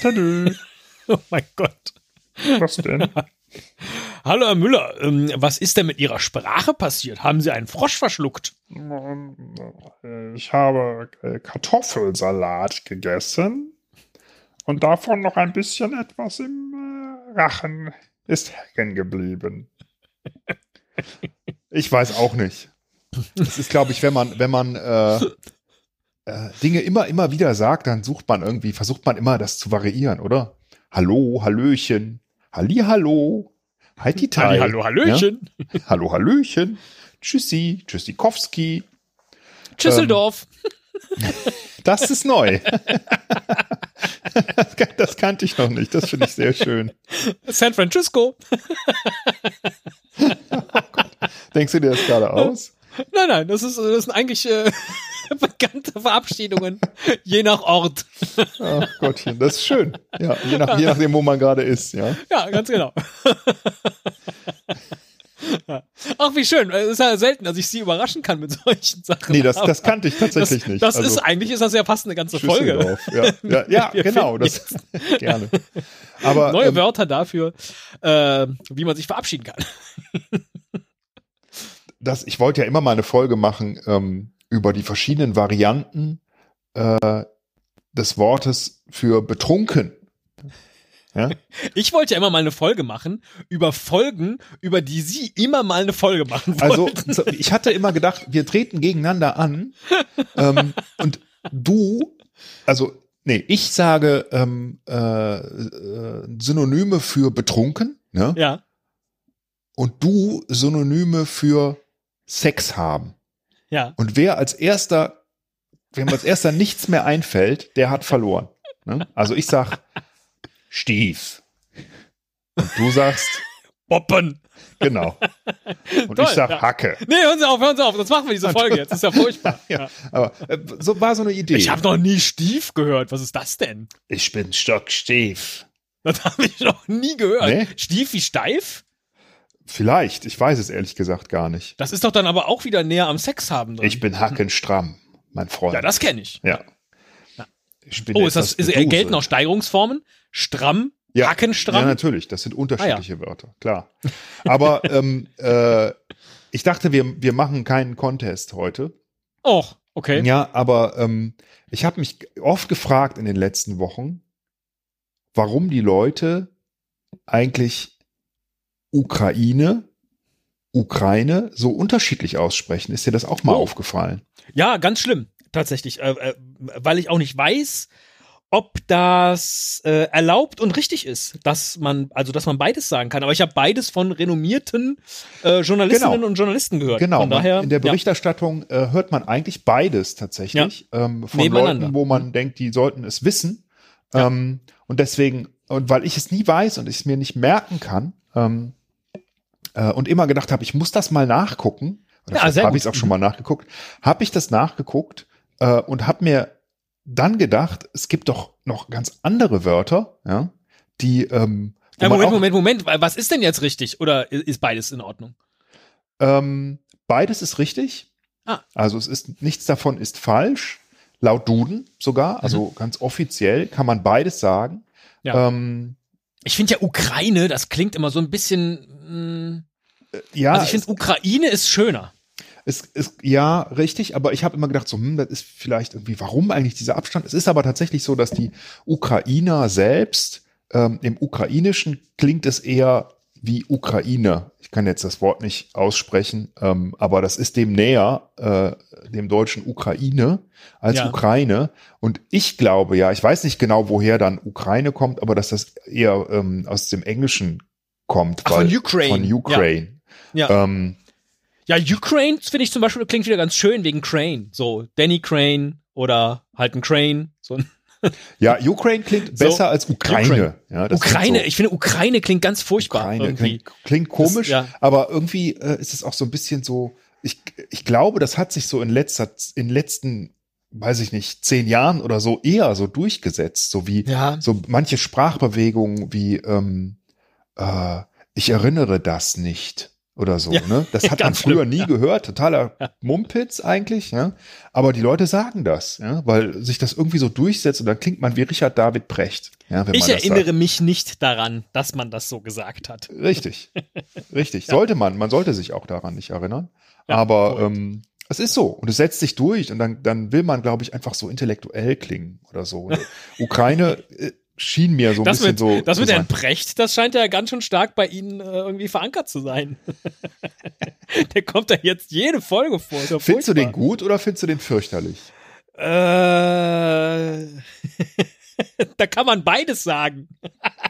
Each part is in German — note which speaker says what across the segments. Speaker 1: Tadö.
Speaker 2: Oh mein Gott.
Speaker 1: Was denn?
Speaker 2: Hallo Herr Müller, ähm, was ist denn mit Ihrer Sprache passiert? Haben Sie einen Frosch verschluckt?
Speaker 1: Ich habe äh, Kartoffelsalat gegessen und davon noch ein bisschen etwas im äh, Rachen ist hängen geblieben.
Speaker 3: Ich weiß auch nicht. Das ist, glaube ich, wenn man, wenn man äh, äh, Dinge immer, immer wieder sagt, dann sucht man irgendwie, versucht man immer, das zu variieren, oder? Hallo, Hallöchen, Halli, Hallo, Heidi
Speaker 2: Halli, hallo, Hallöchen.
Speaker 3: Ja? Hallo, Hallöchen, Tschüssi, Tschüssikowski.
Speaker 2: Tschüsseldorf.
Speaker 3: Das ist neu. Das kan- das kannte ich noch nicht. Das finde ich sehr schön. Ähm.
Speaker 2: San Francisco.
Speaker 3: Denkst du dir das gerade aus?
Speaker 2: Nein, nein, das, ist, das sind eigentlich äh, bekannte Verabschiedungen, je nach Ort.
Speaker 3: Ach Gottchen, das ist schön. Ja, je, nach, je nachdem, wo man gerade ist, ja.
Speaker 2: Ja, ganz genau. Ja. Ach, wie schön. Es ist ja selten, dass ich Sie überraschen kann mit solchen Sachen.
Speaker 3: Nee, das,
Speaker 2: Aber
Speaker 3: das kannte ich tatsächlich
Speaker 2: das,
Speaker 3: nicht.
Speaker 2: Das
Speaker 3: Also,
Speaker 2: ist eigentlich ist das ja fast eine ganze Folge.
Speaker 3: Schüsseldorf, Ja, ja, ja
Speaker 2: Wir
Speaker 3: genau, das gerne. Aber
Speaker 2: Neue
Speaker 3: ähm,
Speaker 2: Wörter dafür, äh, wie man sich verabschieden kann.
Speaker 3: das, ich wollte ja immer mal eine Folge machen ähm, über die verschiedenen Varianten äh, des Wortes für betrunken. Ja?
Speaker 2: Ich wollte ja immer mal eine Folge machen über Folgen, über die Sie immer mal eine Folge machen wollen.
Speaker 3: Also so, ich hatte immer gedacht, wir treten gegeneinander an ähm, und du, also nee, ich sage ähm, äh, äh, Synonyme für betrunken ne?
Speaker 2: ja.
Speaker 3: und du Synonyme für Sex haben.
Speaker 2: Ja.
Speaker 3: Und wer als erster, wem als erster nichts mehr einfällt, der hat verloren. Ne? Also ich sag Stief. Und du sagst,
Speaker 2: Boppen.
Speaker 3: genau. Und
Speaker 2: Toll,
Speaker 3: ich sag
Speaker 2: ja.
Speaker 3: Hacke.
Speaker 2: Nee, hören Sie auf, hören Sie auf. Sonst machen wir diese Folge jetzt. Das ist ja furchtbar.
Speaker 3: Ja, aber äh, so war so eine Idee.
Speaker 2: Ich habe noch nie Stief gehört. Was ist das denn?
Speaker 3: Ich bin stockstief.
Speaker 2: Das habe ich noch nie gehört.
Speaker 3: Nee.
Speaker 2: Stief wie steif?
Speaker 3: Vielleicht, ich weiß es ehrlich gesagt gar nicht.
Speaker 2: Das ist doch dann aber auch wieder näher am Sex haben drin.
Speaker 3: Ich bin hackenstramm, mein Freund.
Speaker 2: ja, das kenne ich.
Speaker 3: Ja. Ich bin
Speaker 2: Oh, ist das,
Speaker 3: etwas
Speaker 2: ist, gelten
Speaker 3: beduselt.
Speaker 2: auch Steigerungsformen? Stramm,
Speaker 3: Ja.
Speaker 2: hackenstramm?
Speaker 3: Ja, natürlich, das sind
Speaker 2: Ah,
Speaker 3: unterschiedliche Wörter, klar. Aber ähm, äh, ich dachte, wir, wir machen keinen Contest heute.
Speaker 2: Och, okay.
Speaker 3: Ja, aber ähm, ich habe mich oft gefragt in den letzten Wochen, warum die Leute eigentlich Ukraine, Ukraine so unterschiedlich aussprechen. Ist dir das auch mal
Speaker 2: Oh.
Speaker 3: aufgefallen?
Speaker 2: Ja, ganz schlimm, tatsächlich. Äh, äh, weil ich auch nicht weiß, ob das äh, erlaubt und richtig ist, dass man, also dass man beides sagen kann. Aber ich habe beides von renommierten äh, Journalistinnen
Speaker 3: Genau.
Speaker 2: und Journalisten gehört.
Speaker 3: Genau,
Speaker 2: Von
Speaker 3: man,
Speaker 2: daher,
Speaker 3: in der Berichterstattung äh, hört man eigentlich beides tatsächlich ähm, von
Speaker 2: Nebeneinander. Mhm.
Speaker 3: Leuten, wo man denkt, die sollten es wissen. Ähm, und deswegen, und weil ich es nie weiß und ich es mir nicht merken kann ähm, äh, und immer gedacht habe, ich muss das mal nachgucken,
Speaker 2: Ja,
Speaker 3: oder
Speaker 2: sehr
Speaker 3: habe
Speaker 2: gut. Mhm.
Speaker 3: ich es auch schon mal nachgeguckt, habe ich das nachgeguckt äh, und habe mir dann gedacht, es gibt doch noch ganz andere Wörter, ja, die ähm,
Speaker 2: ja.
Speaker 3: wo
Speaker 2: Äh,
Speaker 3: man
Speaker 2: Moment,
Speaker 3: auch-
Speaker 2: Moment, Moment, Moment. Was ist denn jetzt richtig? Oder i- ist beides in Ordnung?
Speaker 3: Ähm, beides ist richtig.
Speaker 2: Ah.
Speaker 3: Also es ist nichts davon ist falsch. Laut Duden sogar, also ganz offiziell kann man beides sagen.
Speaker 2: Mhm. Ja.
Speaker 3: ähm,
Speaker 2: Ich finde ja Ukraine, das klingt immer so ein bisschen. Mh,
Speaker 3: ja,
Speaker 2: also ich finde Ukraine ist schöner.
Speaker 3: es, es, es, ja richtig, aber ich habe immer gedacht, so, hm, das ist vielleicht irgendwie, warum eigentlich dieser Abstand? Es ist aber tatsächlich so, dass die Ukrainer selbst, ähm, im Ukrainischen klingt es eher wie Ukraine. Ich kann jetzt das Wort nicht aussprechen, ähm, aber das ist dem näher, äh, dem deutschen Ukraine. als
Speaker 2: Ja.
Speaker 3: Ukraine. Und ich glaube ja, ich weiß nicht genau, woher dann Ukraine kommt, aber dass das eher ähm, aus dem Englischen kommt.
Speaker 2: Ach, von Ukraine.
Speaker 3: Von Ukraine.
Speaker 2: Ja. Ja.
Speaker 3: Ähm,
Speaker 2: Ja, Ukraine finde ich zum Beispiel klingt wieder ganz schön wegen Crane. So Danny Crane oder halt ein Crane. So ein
Speaker 3: ja, Ukraine klingt
Speaker 2: So,
Speaker 3: besser als Ukraine.
Speaker 2: Ukraine.
Speaker 3: Ja, das klingt
Speaker 2: Ukraine,
Speaker 3: so.
Speaker 2: ich finde Ukraine klingt ganz furchtbar
Speaker 3: Ukraine
Speaker 2: irgendwie.
Speaker 3: klingt, klingt komisch,
Speaker 2: Das- ja.
Speaker 3: aber irgendwie äh, ist es auch so ein bisschen so, ich, ich glaube, das hat sich so in letzter, in letzten, weiß ich nicht, zehn Jahren oder so eher so durchgesetzt, so wie
Speaker 2: Ja.
Speaker 3: so manche Sprachbewegungen wie ähm, äh, ich erinnere das nicht oder so.
Speaker 2: Ja,
Speaker 3: Ne? Das hat man
Speaker 2: ganz
Speaker 3: früher
Speaker 2: schlimm,
Speaker 3: nie
Speaker 2: ja.
Speaker 3: gehört. Totaler
Speaker 2: Ja.
Speaker 3: Mumpitz eigentlich. Ja? Aber die Leute sagen das, ja? weil sich das irgendwie so durchsetzt und dann klingt man wie Richard David Precht. Ja, wenn
Speaker 2: Ich
Speaker 3: man das
Speaker 2: erinnere mich nicht daran, dass man das so gesagt hat.
Speaker 3: Sagt. Richtig, richtig. Sollte man. Man sollte sich auch daran nicht erinnern.
Speaker 2: Ja,
Speaker 3: Aber
Speaker 2: korrekt.
Speaker 3: ähm, es ist so und es setzt sich durch und dann, dann will man, glaube ich, einfach so intellektuell klingen oder so. Ukraine äh, schien mir so ein
Speaker 2: das
Speaker 3: bisschen
Speaker 2: wird,
Speaker 3: so.
Speaker 2: das
Speaker 3: zu
Speaker 2: wird
Speaker 3: sein.
Speaker 2: Herrn Precht, das scheint ja ganz schön stark bei Ihnen äh, irgendwie verankert zu sein. Der kommt da jetzt jede Folge vor. Ist ja
Speaker 3: Findest du den
Speaker 2: furchtbar.
Speaker 3: gut oder findest du den fürchterlich?
Speaker 2: Äh, da kann man beides sagen.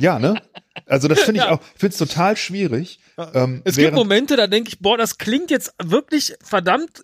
Speaker 3: Ja, ne? Also das finde ich auch, finde es total schwierig. Ähm,
Speaker 2: Es gibt
Speaker 3: während-
Speaker 2: Momente, da denke ich, boah, das klingt jetzt wirklich verdammt,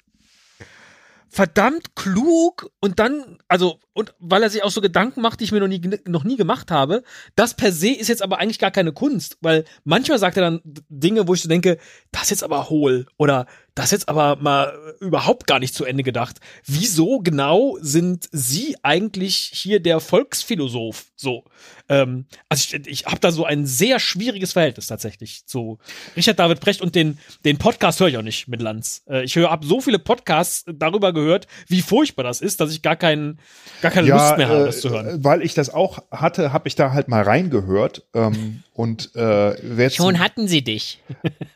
Speaker 2: verdammt klug und dann, also, und weil er sich auch so Gedanken macht, die ich mir noch nie, noch nie gemacht habe, das per se ist jetzt aber eigentlich gar keine Kunst, weil manchmal sagt er dann Dinge, wo ich so denke, das ist jetzt aber hohl oder das ist jetzt aber mal überhaupt gar nicht zu Ende gedacht. Wieso genau sind Sie eigentlich hier der Volksphilosoph? So, ähm, also ich, ich habe da so ein sehr schwieriges Verhältnis tatsächlich zu Richard David Precht und den, den Podcast höre ich auch nicht mit Lanz. Äh, ich höre ab so viele Podcasts darüber gehört, wie furchtbar das ist, dass ich gar, keinen, gar keine Lust mehr habe, das zu hören.
Speaker 3: äh, Weil ich das auch hatte, habe ich da halt mal reingehört. Ähm, und äh, wer zum-
Speaker 2: hatten sie dich.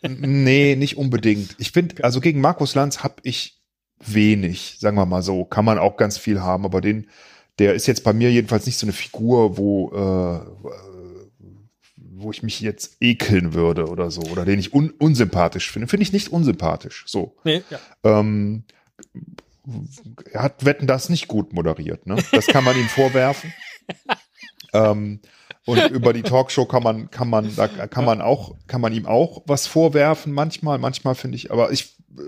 Speaker 3: Nee, nicht unbedingt. Ich finde, also gegen Markus Lanz habe ich wenig, sagen wir mal so. Kann man auch ganz viel haben, aber den, der ist jetzt bei mir jedenfalls nicht so eine Figur, wo, äh, wo ich mich jetzt ekeln würde oder so. Oder den ich un unsympathisch finde. Finde ich nicht unsympathisch. So.
Speaker 2: Nee, ja.
Speaker 3: Ähm, er hat Wetten das nicht gut moderiert, ne? Das kann man ihm vorwerfen. ähm, und über die Talkshow kann man, kann man, da kann man auch, kann man ihm auch was vorwerfen manchmal. Manchmal finde ich, aber ich, äh,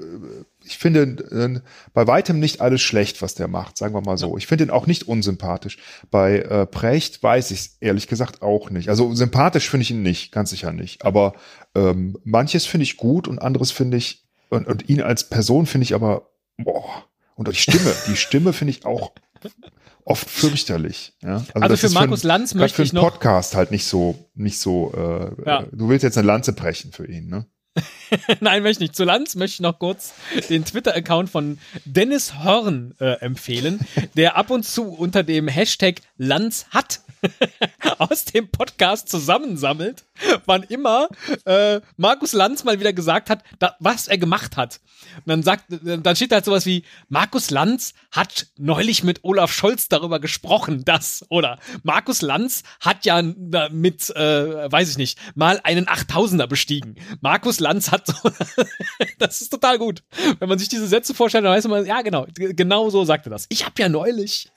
Speaker 3: ich finde äh, bei weitem nicht alles schlecht, was der macht, sagen wir mal so. Ich finde ihn auch nicht unsympathisch. Bei äh, Precht weiß ich es ehrlich gesagt auch nicht. Also sympathisch finde ich ihn nicht, ganz sicher nicht. Aber ähm, manches finde ich gut und anderes finde ich, und, und ihn als Person finde ich aber, boah, und die Stimme, die Stimme finde ich auch oft fürchterlich. Ja?
Speaker 2: Also,
Speaker 3: das
Speaker 2: für
Speaker 3: ist
Speaker 2: Markus
Speaker 3: ein-
Speaker 2: Lanz
Speaker 3: Gerade
Speaker 2: möchte
Speaker 3: für einen
Speaker 2: ich noch.
Speaker 3: Podcast halt nicht so, nicht so, äh,
Speaker 2: Ja.
Speaker 3: äh, du willst jetzt eine Lanze brechen für ihn, ne?
Speaker 2: Nein, möchte ich nicht. Zu Lanz möchte ich noch kurz den Twitter-Account von Dennis Horn äh, empfehlen, der ab und zu unter dem Hashtag Lanz hat aus dem Podcast zusammensammelt, wann immer äh, Markus Lanz mal wieder gesagt hat, da, was er gemacht hat. Und dann sagt, dann steht da halt sowas wie, Markus Lanz hat neulich mit Olaf Scholz darüber gesprochen, das, oder Markus Lanz hat ja na, mit, äh, weiß ich nicht, mal einen 8000er bestiegen. Markus Lanz hat, so- das ist total gut. Wenn man sich diese Sätze vorstellt, dann weiß man, ja genau, g- genau so sagt er das. Ich habe ja neulich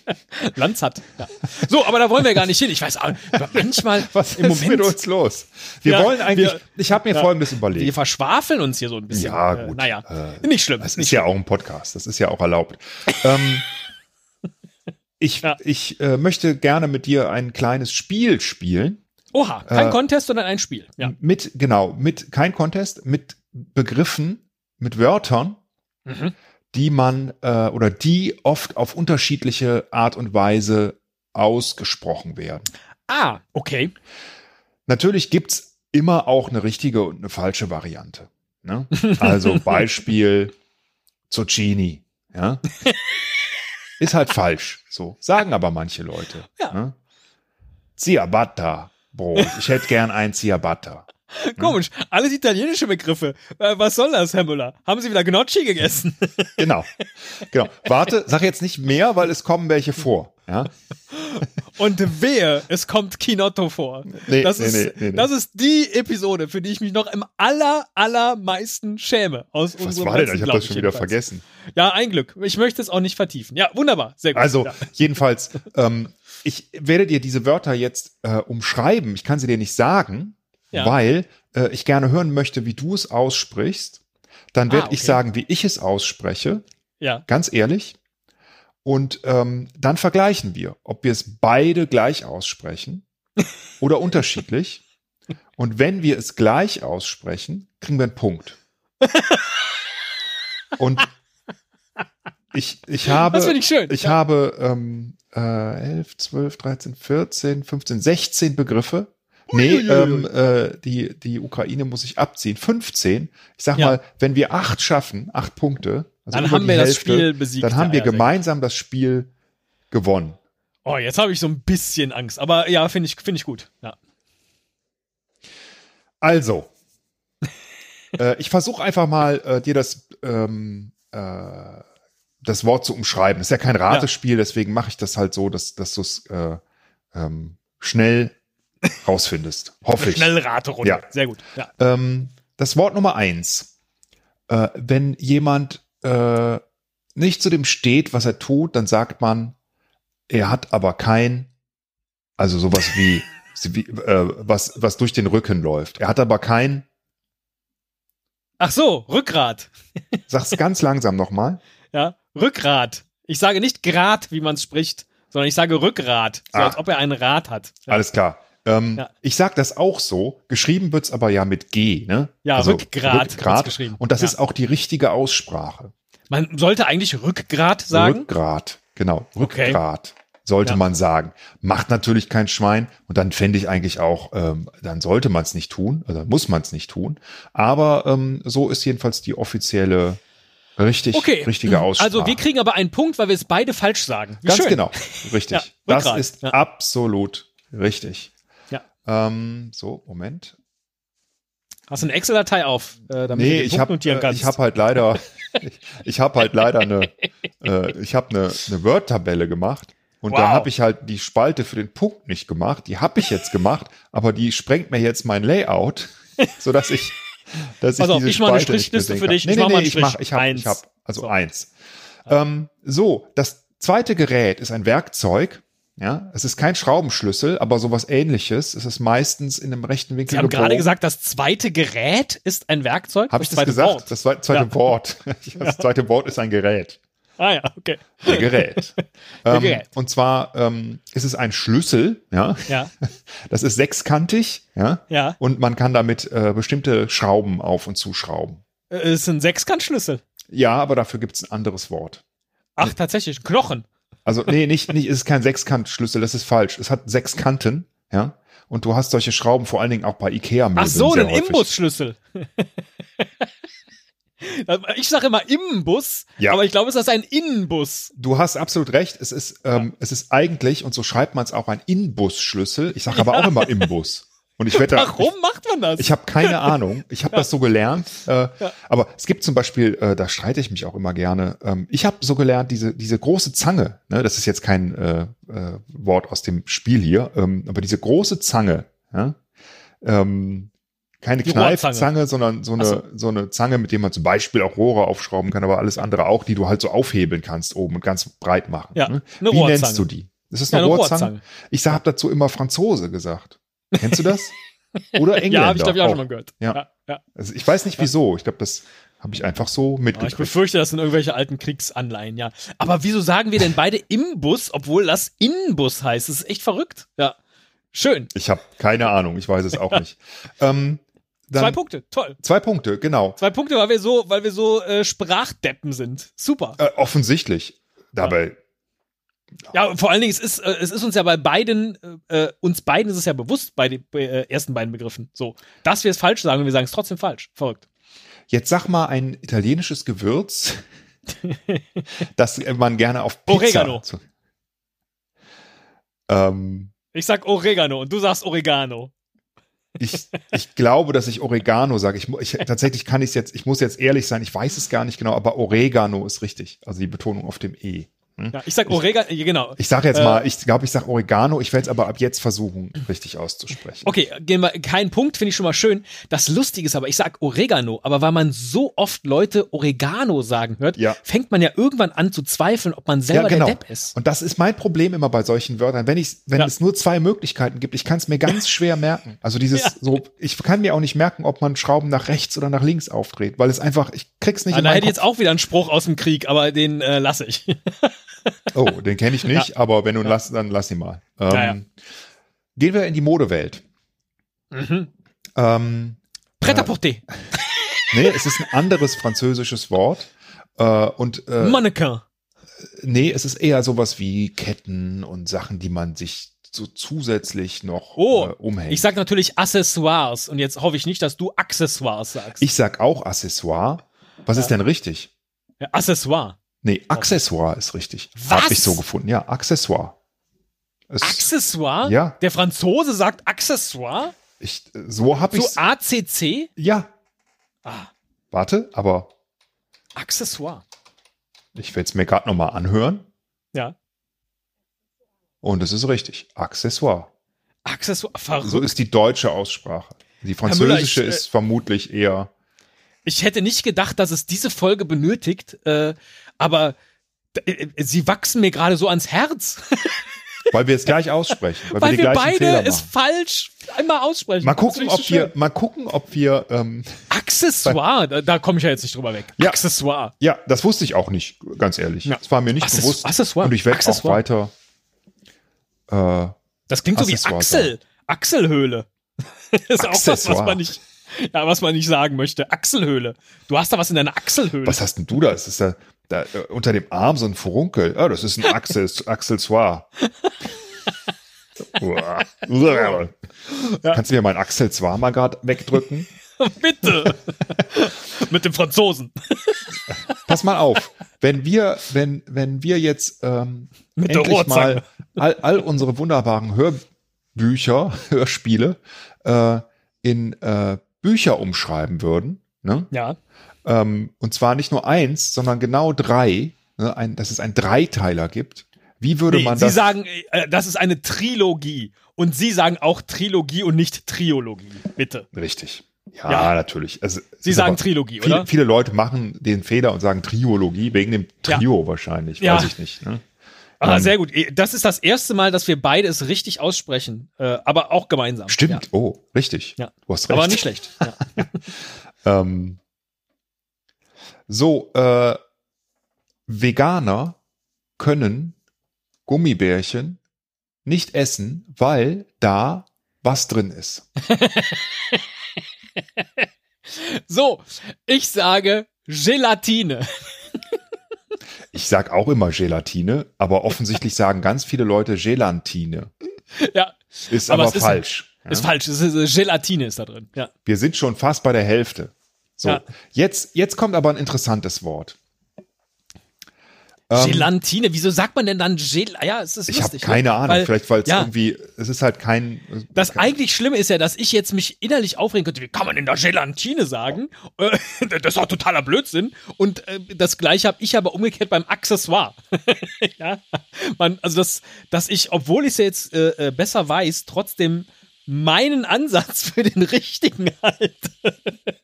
Speaker 2: Lanz hat. Ja. So, aber da wollen wir gar nicht hin. Ich weiß auch, manchmal
Speaker 3: Was
Speaker 2: im
Speaker 3: ist mit
Speaker 2: Moment,
Speaker 3: uns los? Wir
Speaker 2: Ja,
Speaker 3: wollen eigentlich,
Speaker 2: wir-
Speaker 3: ich habe mir
Speaker 2: ja.
Speaker 3: folgendes überlegt.
Speaker 2: wir verschwafeln uns hier so ein bisschen.
Speaker 3: Ja,
Speaker 2: Äh,
Speaker 3: gut.
Speaker 2: naja,
Speaker 3: Äh,
Speaker 2: nicht schlimm.
Speaker 3: Das
Speaker 2: nicht
Speaker 3: ist ja auch ein Podcast, das ist ja auch erlaubt. ähm, ich
Speaker 2: Ja.
Speaker 3: ich äh, möchte gerne mit dir ein kleines Spiel spielen.
Speaker 2: Oha, kein
Speaker 3: Äh,
Speaker 2: Contest, sondern ein Spiel. Ja.
Speaker 3: Mit, genau, mit kein Contest, mit Begriffen, mit Wörtern, Hm.
Speaker 2: Mhm.
Speaker 3: die man äh, oder die oft auf unterschiedliche Art und Weise ausgesprochen werden.
Speaker 2: Ah, okay.
Speaker 3: Natürlich gibt's immer auch eine richtige und eine falsche Variante. Ne? Also Beispiel Zucchini. Ja? Ist halt falsch. So sagen aber manche Leute.
Speaker 2: Ja.
Speaker 3: Ne? Ciabatta Brot. Ich hätte gern ein Ciabatta.
Speaker 2: Komisch. Alles italienische Begriffe. Äh, was soll das, Herr Müller? Haben Sie wieder Gnocchi gegessen?
Speaker 3: Genau. Genau. Warte, sag jetzt nicht mehr, weil es kommen welche vor. Ja?
Speaker 2: Und wehe, es kommt Kinotto vor.
Speaker 3: Nee,
Speaker 2: das,
Speaker 3: nee,
Speaker 2: ist,
Speaker 3: nee, nee, nee.
Speaker 2: das ist die Episode, für die ich mich noch im aller, allermeisten schäme. Aus
Speaker 3: Was
Speaker 2: unserem
Speaker 3: war denn?
Speaker 2: ganzen,
Speaker 3: Ich habe
Speaker 2: glaub
Speaker 3: das schon wieder
Speaker 2: jedenfalls.
Speaker 3: vergessen.
Speaker 2: Ja, ein Glück. Ich möchte es auch nicht vertiefen. Ja, wunderbar. Sehr gut.
Speaker 3: Also
Speaker 2: Genau, ja.
Speaker 3: jedenfalls, ähm, ich werde dir diese Wörter jetzt äh, umschreiben. Ich kann sie dir nicht sagen,
Speaker 2: Ja.
Speaker 3: weil äh, ich gerne hören möchte, wie du es aussprichst. Dann werde
Speaker 2: Ah, okay.
Speaker 3: ich sagen, wie ich es ausspreche,
Speaker 2: ja.
Speaker 3: ganz ehrlich. Und ähm, dann vergleichen wir, ob wir es beide gleich aussprechen oder unterschiedlich. Und wenn wir es gleich aussprechen, kriegen wir einen Punkt. Und ich, ich habe.
Speaker 2: Das finde ich schön.
Speaker 3: Ich habe ähm, äh, 11, 12, 13, 14, 15, 16 Begriffe, Nee, ähm, äh, die, die Ukraine muss sich abziehen. 15. Ich sag
Speaker 2: Ja.
Speaker 3: mal, wenn wir acht schaffen, acht Punkte, also
Speaker 2: Dann
Speaker 3: über
Speaker 2: haben
Speaker 3: die
Speaker 2: wir das
Speaker 3: Hälfte,
Speaker 2: Spiel besiegt.
Speaker 3: dann haben
Speaker 2: Ja,
Speaker 3: wir
Speaker 2: ja, sehr
Speaker 3: gemeinsam das Spiel gewonnen.
Speaker 2: gut. Oh, jetzt habe ich so ein bisschen Angst. Aber ja, finde ich, finde ich gut. Ja.
Speaker 3: Also, äh, ich versuche einfach mal, äh, dir das, ähm, äh, das Wort zu umschreiben. Das ist ja kein Ratespiel, deswegen mache ich das halt so, dass, dass du es äh, ähm, schnell rausfindest. Hoffe ich.
Speaker 2: Schnell Raterunde.
Speaker 3: Ja.
Speaker 2: Sehr gut. Ja.
Speaker 3: Ähm, das Wort Nummer eins. Äh, wenn jemand äh, nicht zu dem steht, was er tut, dann sagt man, er hat aber kein, also sowas wie, wie äh, was, was durch den Rücken läuft. Er hat aber kein,
Speaker 2: Ach so, Rückgrat.
Speaker 3: sag's ganz langsam nochmal.
Speaker 2: Ja, Rückgrat. Ich sage nicht Grad, wie man es spricht, sondern ich sage Rückgrat, so
Speaker 3: Ah.
Speaker 2: als ob er einen Rad hat. Ja,
Speaker 3: Alles klar. Ähm,
Speaker 2: Ja.
Speaker 3: Ich sag das auch so. Geschrieben wird's aber ja mit G, ne?
Speaker 2: ja
Speaker 3: Also
Speaker 2: Rückgrat, wird's
Speaker 3: Rückgrat.
Speaker 2: geschrieben.
Speaker 3: Und das
Speaker 2: ja.
Speaker 3: ist auch die richtige Aussprache.
Speaker 2: Man sollte eigentlich Rückgrat sagen.
Speaker 3: Rückgrat, genau.
Speaker 2: Okay.
Speaker 3: Rückgrat sollte
Speaker 2: Ja.
Speaker 3: man sagen. Macht natürlich kein Schwein und dann fände ich eigentlich auch, ähm, dann sollte man es nicht tun, also muss man es nicht tun. Aber ähm, so ist jedenfalls die offizielle, richtig,
Speaker 2: Okay.
Speaker 3: richtige Aussprache.
Speaker 2: Also wir kriegen aber einen Punkt, weil wir es beide falsch sagen. Wie
Speaker 3: Ganz
Speaker 2: schön.
Speaker 3: genau, richtig.
Speaker 2: Ja,
Speaker 3: das
Speaker 2: Rückgrat,
Speaker 3: ist
Speaker 2: ja.
Speaker 3: absolut richtig.
Speaker 2: Ja.
Speaker 3: Ähm, so, Moment.
Speaker 2: Hast du eine Excel-Datei auf, äh, damit du
Speaker 3: Nee,
Speaker 2: den
Speaker 3: ich
Speaker 2: Punkt
Speaker 3: habe
Speaker 2: notieren kannst?
Speaker 3: ich hab halt leider, ich, ich habe halt leider eine, äh, ich habe eine, eine Word-Tabelle gemacht und da
Speaker 2: Wow.
Speaker 3: habe ich halt die Spalte für den Punkt nicht gemacht. Die habe ich jetzt gemacht, aber die sprengt mir jetzt mein Layout, so dass ich, dass
Speaker 2: Pass
Speaker 3: ich
Speaker 2: auf,
Speaker 3: diese
Speaker 2: ich mach eine
Speaker 3: Spalte nicht mehr
Speaker 2: Strichliste
Speaker 3: sehen
Speaker 2: für
Speaker 3: kann.
Speaker 2: dich,
Speaker 3: Nee,
Speaker 2: ich
Speaker 3: nee,
Speaker 2: mach
Speaker 3: nee,
Speaker 2: mal einen
Speaker 3: ich mach,
Speaker 2: Strich.
Speaker 3: ich habe,
Speaker 2: Eins.
Speaker 3: ich habe, also
Speaker 2: So.
Speaker 3: eins. Ähm, so, das zweite Gerät ist ein Werkzeug. Ja, es ist kein Schraubenschlüssel, aber sowas ähnliches. Es ist meistens in einem rechten Winkel
Speaker 2: Sie haben gerade
Speaker 3: gebogen.
Speaker 2: gesagt, das zweite Gerät ist ein Werkzeug.
Speaker 3: Habe ich das
Speaker 2: zweite
Speaker 3: gesagt?
Speaker 2: Wort.
Speaker 3: Das zweit- zweite
Speaker 2: Ja.
Speaker 3: Wort. Das zweite Wort ist ein Gerät.
Speaker 2: Ah ja, okay.
Speaker 3: Ein Gerät. ähm,
Speaker 2: Gerät.
Speaker 3: Und zwar ähm, ist es ein Schlüssel, ja.
Speaker 2: Ja,
Speaker 3: Das ist sechskantig, ja.
Speaker 2: ja.
Speaker 3: Und man kann damit äh, bestimmte Schrauben auf und zuschrauben.
Speaker 2: Äh, Es ist ein Sechskantschlüssel.
Speaker 3: Ja, aber dafür gibt es ein anderes Wort.
Speaker 2: Ach, tatsächlich, Knochen.
Speaker 3: Also, nee, nicht, nicht, es ist kein Sechskantschlüssel, das ist falsch. Es hat sechs Kanten, ja. Und du hast solche Schrauben vor allen Dingen auch bei Ikea-Möbeln.
Speaker 2: Ach so,
Speaker 3: sehr
Speaker 2: ein
Speaker 3: häufig.
Speaker 2: Imbusschlüssel. ich sage immer Imbus,
Speaker 3: Ja.
Speaker 2: aber ich glaube, es ist ein Innenbus.
Speaker 3: Du hast absolut recht. Es ist, ähm, es ist eigentlich, und so schreibt man es auch, ein Inbusschlüssel. Ich sage aber auch immer Imbus. Und ich werde da,
Speaker 2: Warum macht man das?
Speaker 3: ich habe keine Ahnung. Ich habe das so gelernt. Äh, Aber es gibt zum Beispiel, äh, da streite ich mich auch immer gerne. Ähm, ich habe so gelernt, diese, diese große Zange, ne, das ist jetzt kein äh, äh, Wort aus dem Spiel hier, ähm, aber diese große Zange, ja, ähm, keine
Speaker 2: Die
Speaker 3: Kneifzange, sondern so eine, so.
Speaker 2: so.
Speaker 3: eine Zange, mit der man zum Beispiel auch Rohre aufschrauben kann, aber alles andere auch, die du halt so aufhebeln kannst oben und ganz breit machen.
Speaker 2: Ja,
Speaker 3: ne?
Speaker 2: eine
Speaker 3: Wie
Speaker 2: Rohrzange.
Speaker 3: nennst du die? Ist das
Speaker 2: Ja,
Speaker 3: eine,
Speaker 2: eine
Speaker 3: Rohrzange?
Speaker 2: Rohrzange.
Speaker 3: Ich habe dazu immer Franzose gesagt. Kennst du das? Oder Engländer?
Speaker 2: ja, habe ich glaube ich auch schon mal gehört.
Speaker 3: Ja.
Speaker 2: ja, ja.
Speaker 3: Also ich weiß nicht wieso. Ich glaube, das habe ich einfach so
Speaker 2: Aber Oh, ich
Speaker 3: mitgekriegt.
Speaker 2: befürchte, das sind irgendwelche alten Kriegsanleihen, ja. Aber wieso sagen wir denn beide Imbus, obwohl das Innenbus heißt? Das ist echt verrückt. Ja. Schön.
Speaker 3: Ich habe keine Ahnung. Ich weiß es auch nicht. Ähm, dann,
Speaker 2: Zwei Punkte. Toll.
Speaker 3: Zwei Punkte, genau.
Speaker 2: Zwei Punkte, weil wir so, weil wir so äh, Sprachdeppen sind. Super.
Speaker 3: Äh, offensichtlich. Dabei,
Speaker 2: Ja, und vor allen Dingen, es ist, äh, es ist uns ja bei beiden, äh, äh, uns beiden ist es ja bewusst bei den bei, äh, ersten beiden Begriffen. So, dass wir es falsch sagen und wir sagen es trotzdem falsch. Verrückt.
Speaker 3: jetzt sag mal ein italienisches Gewürz, das man gerne auf Pizza
Speaker 2: Oregano.
Speaker 3: Zu, ähm,
Speaker 2: Ich sag Oregano und du sagst Oregano.
Speaker 3: ich, ich glaube, dass ich Oregano sage. Ich, mu- ich, tatsächlich kann ich es jetzt, ich muss jetzt ehrlich sein, ich weiß es gar nicht genau, aber Oregano ist richtig. Also die Betonung auf dem E. Hm?
Speaker 2: Ja, ich sag Oregano, genau.
Speaker 3: Ich sage jetzt
Speaker 2: Äh,
Speaker 3: mal, ich glaube, ich sage Oregano, ich werde es aber ab jetzt versuchen, richtig auszusprechen.
Speaker 2: Okay, gehen wir, kein Punkt, finde ich schon mal schön. Das Lustige ist aber, ich sag Oregano, aber weil man so oft Leute Oregano sagen hört,
Speaker 3: Ja.
Speaker 2: fängt man ja irgendwann an zu zweifeln, ob man selber
Speaker 3: genau.
Speaker 2: der Depp ist.
Speaker 3: Und das ist mein Problem immer bei solchen Wörtern, wenn ich, wenn
Speaker 2: Ja.
Speaker 3: es nur zwei Möglichkeiten gibt, ich kann es mir ganz schwer merken. Also dieses,
Speaker 2: Ja.
Speaker 3: so, ich kann mir auch nicht merken, ob man Schrauben nach rechts oder nach links aufdreht, weil es einfach, ich krieg's nicht
Speaker 2: Ah,
Speaker 3: in
Speaker 2: da
Speaker 3: meinen
Speaker 2: hätte ich jetzt auch wieder einen Spruch aus dem Krieg, aber den äh, lasse ich.
Speaker 3: Oh, den kenne ich nicht, aber wenn du ihn lass, dann lass ihn mal. Ähm,
Speaker 2: Ja, ja.
Speaker 3: Gehen wir in die Modewelt.
Speaker 2: Mhm.
Speaker 3: Ähm,
Speaker 2: Prêt-à-porter,
Speaker 3: Äh. nee, es ist ein anderes französisches Wort. Äh, und äh,
Speaker 2: Mannequin.
Speaker 3: nee, es ist eher sowas wie Ketten und Sachen, die man sich so zusätzlich noch
Speaker 2: Oh,
Speaker 3: äh, umhängt.
Speaker 2: Ich sag natürlich Accessoires und jetzt hoffe ich nicht, dass du Accessoires sagst.
Speaker 3: Ich sag auch Accessoire. Was
Speaker 2: Ja.
Speaker 3: ist denn richtig?
Speaker 2: Ja, Accessoire.
Speaker 3: Nee, Accessoire ist richtig.
Speaker 2: Was?
Speaker 3: Hab ich so gefunden. Ja, Accessoire. Es-
Speaker 2: Accessoire?
Speaker 3: Ja,
Speaker 2: Der Franzose sagt Accessoire?
Speaker 3: ich, so habe ich
Speaker 2: So ACC?
Speaker 3: Ja,
Speaker 2: Ah,
Speaker 3: warte, aber
Speaker 2: Accessoire.
Speaker 3: ich werde es mir gerade nochmal anhören.
Speaker 2: Ja.
Speaker 3: Und es ist richtig. Accessoire.
Speaker 2: Accessoire. Verrückt.
Speaker 3: So ist die deutsche Aussprache. Die
Speaker 2: Müller,
Speaker 3: französische
Speaker 2: ich, äh,
Speaker 3: ist vermutlich eher.
Speaker 2: Ich hätte nicht gedacht, dass es diese Folge benötigt, äh, aber d- äh, sie wachsen mir gerade so ans Herz,
Speaker 3: Weil wir es gleich aussprechen. Weil,
Speaker 2: weil
Speaker 3: wir die
Speaker 2: wir
Speaker 3: gleichen
Speaker 2: beide
Speaker 3: Fehler
Speaker 2: es
Speaker 3: machen.
Speaker 2: falsch einmal aussprechen.
Speaker 3: Mal
Speaker 2: Das
Speaker 3: gucken,
Speaker 2: finde ich
Speaker 3: ob
Speaker 2: so
Speaker 3: wir, mal gucken, ob wir, ähm,
Speaker 2: schön. Accessoire, da, da komme ich ja jetzt nicht drüber weg.
Speaker 3: Ja.
Speaker 2: Accessoire.
Speaker 3: ja, das wusste ich auch nicht, ganz ehrlich.
Speaker 2: Ja.
Speaker 3: Das war mir nicht
Speaker 2: Access-
Speaker 3: bewusst.
Speaker 2: Accessoire.
Speaker 3: Und ich werde auch
Speaker 2: Accessoire.
Speaker 3: weiter, äh,
Speaker 2: Das klingt so wie
Speaker 3: Accessoire
Speaker 2: Axel. Achselhöhle. das ist auch was, was
Speaker 3: Accessoire.
Speaker 2: man nicht, ja, was man nicht sagen möchte. Achselhöhle. Du hast da was in deiner Achselhöhle.
Speaker 3: was hast denn du da? Es ist da, da äh, unter dem Arm so ein Furunkel. Ah, das ist ein Access, Accessoire. Uah. Uah. Kannst du mir mein Accessoire mal gerade wegdrücken?
Speaker 2: Bitte. Mit dem Franzosen.
Speaker 3: Pass mal auf, wenn wir, wenn, wenn wir jetzt ähm,
Speaker 2: Mit der
Speaker 3: endlich mal
Speaker 2: Rohrzange.
Speaker 3: all, all unsere wunderbaren Hörbücher, Hörspiele äh, in äh, Bücher umschreiben würden, ne?
Speaker 2: Ja.
Speaker 3: ähm, und zwar nicht nur eins, sondern genau drei, ne? ein, dass es einen Dreiteiler gibt, wie würde
Speaker 2: Nee,
Speaker 3: man
Speaker 2: Sie
Speaker 3: das?
Speaker 2: sagen, äh, das ist eine Trilogie. Und Sie sagen auch Trilogie und nicht Triologie. Bitte.
Speaker 3: Richtig. Ja,
Speaker 2: Ja.
Speaker 3: natürlich. Also, es
Speaker 2: Sie
Speaker 3: ist
Speaker 2: sagen
Speaker 3: aber-
Speaker 2: Trilogie,
Speaker 3: Viele,
Speaker 2: oder?
Speaker 3: viele Leute machen den Fehler und sagen Triologie wegen dem
Speaker 2: Ja.
Speaker 3: Trio wahrscheinlich,
Speaker 2: Ja.
Speaker 3: weiß ich nicht. Ne?
Speaker 2: Ah,
Speaker 3: Ähm,
Speaker 2: sehr gut. Das ist das erste Mal, dass wir beide es richtig aussprechen. Äh, aber auch gemeinsam.
Speaker 3: Stimmt,
Speaker 2: Ja.
Speaker 3: oh, richtig.
Speaker 2: Ja.
Speaker 3: Du hast recht.
Speaker 2: Aber nicht schlecht. Ja.
Speaker 3: Ähm, so, äh, Veganer können Gummibärchen nicht essen, weil da was drin ist.
Speaker 2: So, ich sage Gelatine.
Speaker 3: Ich sag auch immer Gelatine, aber offensichtlich sagen ganz viele Leute Gelantine.
Speaker 2: Ja,
Speaker 3: Ist
Speaker 2: Aber
Speaker 3: aber,
Speaker 2: es ist-
Speaker 3: falsch. ja?
Speaker 2: ist falsch. Es ist, äh, Gelatine ist da drin. Ja.
Speaker 3: Wir sind schon fast bei der Hälfte. So,
Speaker 2: Ja.
Speaker 3: jetzt, jetzt kommt aber ein interessantes Wort. Ähm,
Speaker 2: Gelatine. Wieso sagt man denn dann Gel? Ah Ja, es ist
Speaker 3: ich habe
Speaker 2: lustig.
Speaker 3: keine
Speaker 2: ne?
Speaker 3: Ahnung,
Speaker 2: Weil
Speaker 3: vielleicht weil es
Speaker 2: ja.
Speaker 3: irgendwie, es ist halt kein.
Speaker 2: Das
Speaker 3: kein,
Speaker 2: eigentlich Schlimme ist ja, dass ich jetzt mich innerlich aufregen könnte. Wie kann man denn da Gelatine sagen? Äh, Das ist doch totaler Blödsinn. Und äh, das Gleiche habe ich aber umgekehrt beim Accessoire. ja, man, also dass, dass ich, obwohl ich es ja jetzt äh, äh, besser weiß, trotzdem meinen Ansatz für den richtigen halte.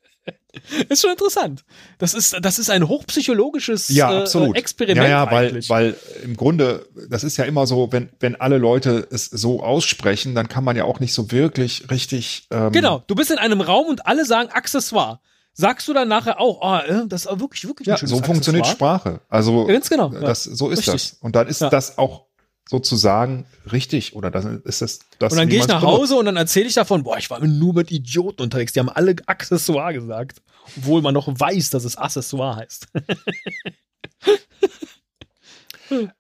Speaker 2: ist schon interessant. Das ist, das ist ein hochpsychologisches
Speaker 3: Ja,
Speaker 2: äh,
Speaker 3: absolut.
Speaker 2: Experiment
Speaker 3: Ja, ja, weil,
Speaker 2: eigentlich.
Speaker 3: weil im Grunde, das ist ja immer so, wenn, wenn alle Leute es so aussprechen, dann kann man ja auch nicht so wirklich richtig. Ähm,
Speaker 2: Genau, du bist in einem Raum und alle sagen Accessoire. Sagst du dann nachher auch, ah, äh, das ist wirklich, wirklich
Speaker 3: Ja,
Speaker 2: ein schönes
Speaker 3: so funktioniert
Speaker 2: Accessoire.
Speaker 3: Sprache. Also,
Speaker 2: Ganz genau. Ja.
Speaker 3: das, so ist
Speaker 2: Richtig.
Speaker 3: das. Und dann ist
Speaker 2: Ja.
Speaker 3: das auch sozusagen richtig oder das ist das. das
Speaker 2: und dann
Speaker 3: wie
Speaker 2: gehe ich
Speaker 3: man's
Speaker 2: nach
Speaker 3: benutzt.
Speaker 2: Hause und dann erzähle ich davon, boah, ich war nur mit Idioten unterwegs, die haben alle Accessoire gesagt. Obwohl man noch weiß, dass es Accessoire heißt.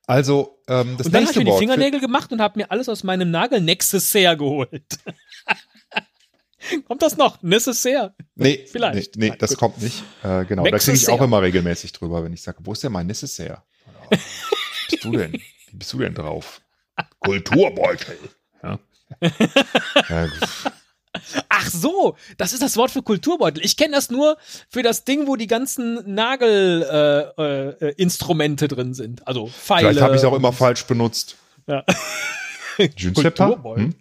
Speaker 3: Also, ähm, das
Speaker 2: und dann habe ich
Speaker 3: nächste
Speaker 2: mir die
Speaker 3: Wort. für-
Speaker 2: Fingernägel gemacht und habe mir alles aus meinem Nagel Necessaire geholt. Kommt das noch? Necessaire.
Speaker 3: Nee,
Speaker 2: Vielleicht.
Speaker 3: Nee, nee
Speaker 2: Nein,
Speaker 3: das
Speaker 2: gut.
Speaker 3: kommt nicht. Äh, genau, da kriege ich
Speaker 2: Necessaire.
Speaker 3: auch immer regelmäßig drüber, wenn ich sage, wo ist denn mein Necessaire? Oder, bist du denn? Wie bist du denn drauf? Kulturbeutel. Ja. ja, gut.
Speaker 2: Ach so, das ist das Wort für Kulturbeutel. Ich kenne das nur für das Ding, wo die ganzen Nagelinstrumente äh, äh, Instrumente drin sind. Also Pfeile.
Speaker 3: vielleicht habe ich es auch immer falsch benutzt.
Speaker 2: Ja.
Speaker 3: Je ne sais pas.
Speaker 2: Kulturbeutel.
Speaker 3: Hm?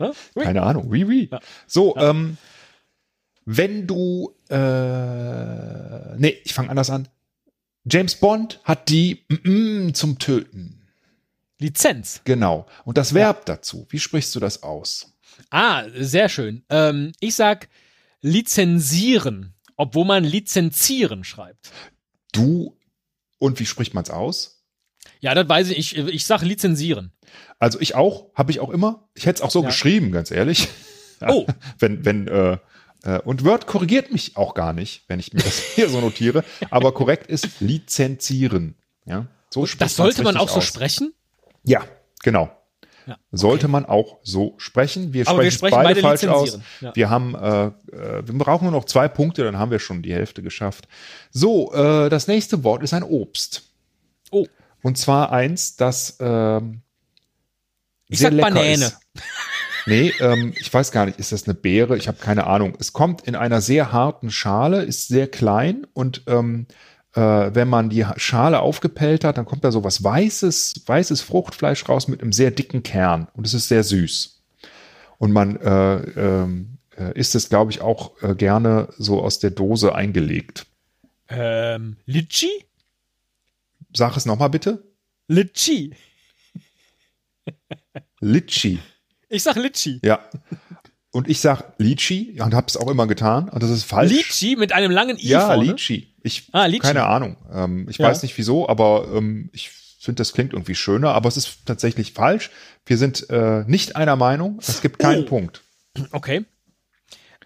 Speaker 2: Hä? Ui.
Speaker 3: Keine Ahnung. Oui, oui.
Speaker 2: Ja.
Speaker 3: So, ähm, wenn du, äh, nee, ich fange anders an. James Bond hat die mm, mm, zum Töten.
Speaker 2: Lizenz.
Speaker 3: Genau. Und das Verb dazu, wie sprichst du das aus?
Speaker 2: Ah, sehr schön. Ähm, ich sag lizenzieren, obwohl man lizenzieren schreibt.
Speaker 3: Du und wie spricht man es aus?
Speaker 2: Ja, das weiß ich. Ich, ich sag lizenzieren.
Speaker 3: Also ich auch, habe ich auch immer. Ich hätte es auch so
Speaker 2: Ja.
Speaker 3: geschrieben, ganz ehrlich.
Speaker 2: Oh.
Speaker 3: wenn, wenn, äh, äh, und Word korrigiert mich auch gar nicht, wenn ich mir das hier so notiere. Aber korrekt ist lizenzieren. Ja, so spricht
Speaker 2: Das sollte man
Speaker 3: man's
Speaker 2: auch so
Speaker 3: richtig aus.
Speaker 2: sprechen?
Speaker 3: Ja, genau.
Speaker 2: Ja.
Speaker 3: Sollte man auch so sprechen. Wir
Speaker 2: Aber
Speaker 3: sprechen,
Speaker 2: wir
Speaker 3: es
Speaker 2: sprechen
Speaker 3: beide,
Speaker 2: beide
Speaker 3: falsch aus.
Speaker 2: lizenzieren. Ja.
Speaker 3: Wir haben, äh, äh, wir brauchen nur noch zwei Punkte, dann haben wir schon die Hälfte geschafft. So, äh, das nächste Wort ist ein Obst.
Speaker 2: Oh.
Speaker 3: Und zwar eins, das ähm,
Speaker 2: Ich
Speaker 3: sehr
Speaker 2: sag
Speaker 3: lecker
Speaker 2: Banane.
Speaker 3: Ist. Nee, ähm, ich weiß gar nicht, ist das eine Beere? Ich habe keine Ahnung. Es kommt in einer sehr harten Schale, ist sehr klein und ähm, äh, wenn man die Ha- Schale aufgepellt hat, dann kommt da so was weißes, weißes Fruchtfleisch raus mit einem sehr dicken Kern und es ist sehr süß. Und man äh, ähm, äh, isst es, glaube ich, auch äh, gerne so aus der Dose eingelegt.
Speaker 2: Ähm, Litschi?
Speaker 3: Sag es nochmal bitte.
Speaker 2: Litschi.
Speaker 3: Litschi.
Speaker 2: Ich sag Litschi.
Speaker 3: Ja. Und ich sag Litschi und habe es auch immer getan. Und das ist falsch.
Speaker 2: Litschi mit einem langen I
Speaker 3: Ja,
Speaker 2: vorne.
Speaker 3: Litschi. Ich
Speaker 2: Ah, Litschi.
Speaker 3: keine Ahnung. Ähm, ich
Speaker 2: Ja.
Speaker 3: weiß nicht wieso, aber ähm, ich finde, das klingt irgendwie schöner. Aber es ist tatsächlich falsch. Wir sind äh, nicht einer Meinung. Es gibt keinen
Speaker 2: Oh.
Speaker 3: Punkt.
Speaker 2: Okay.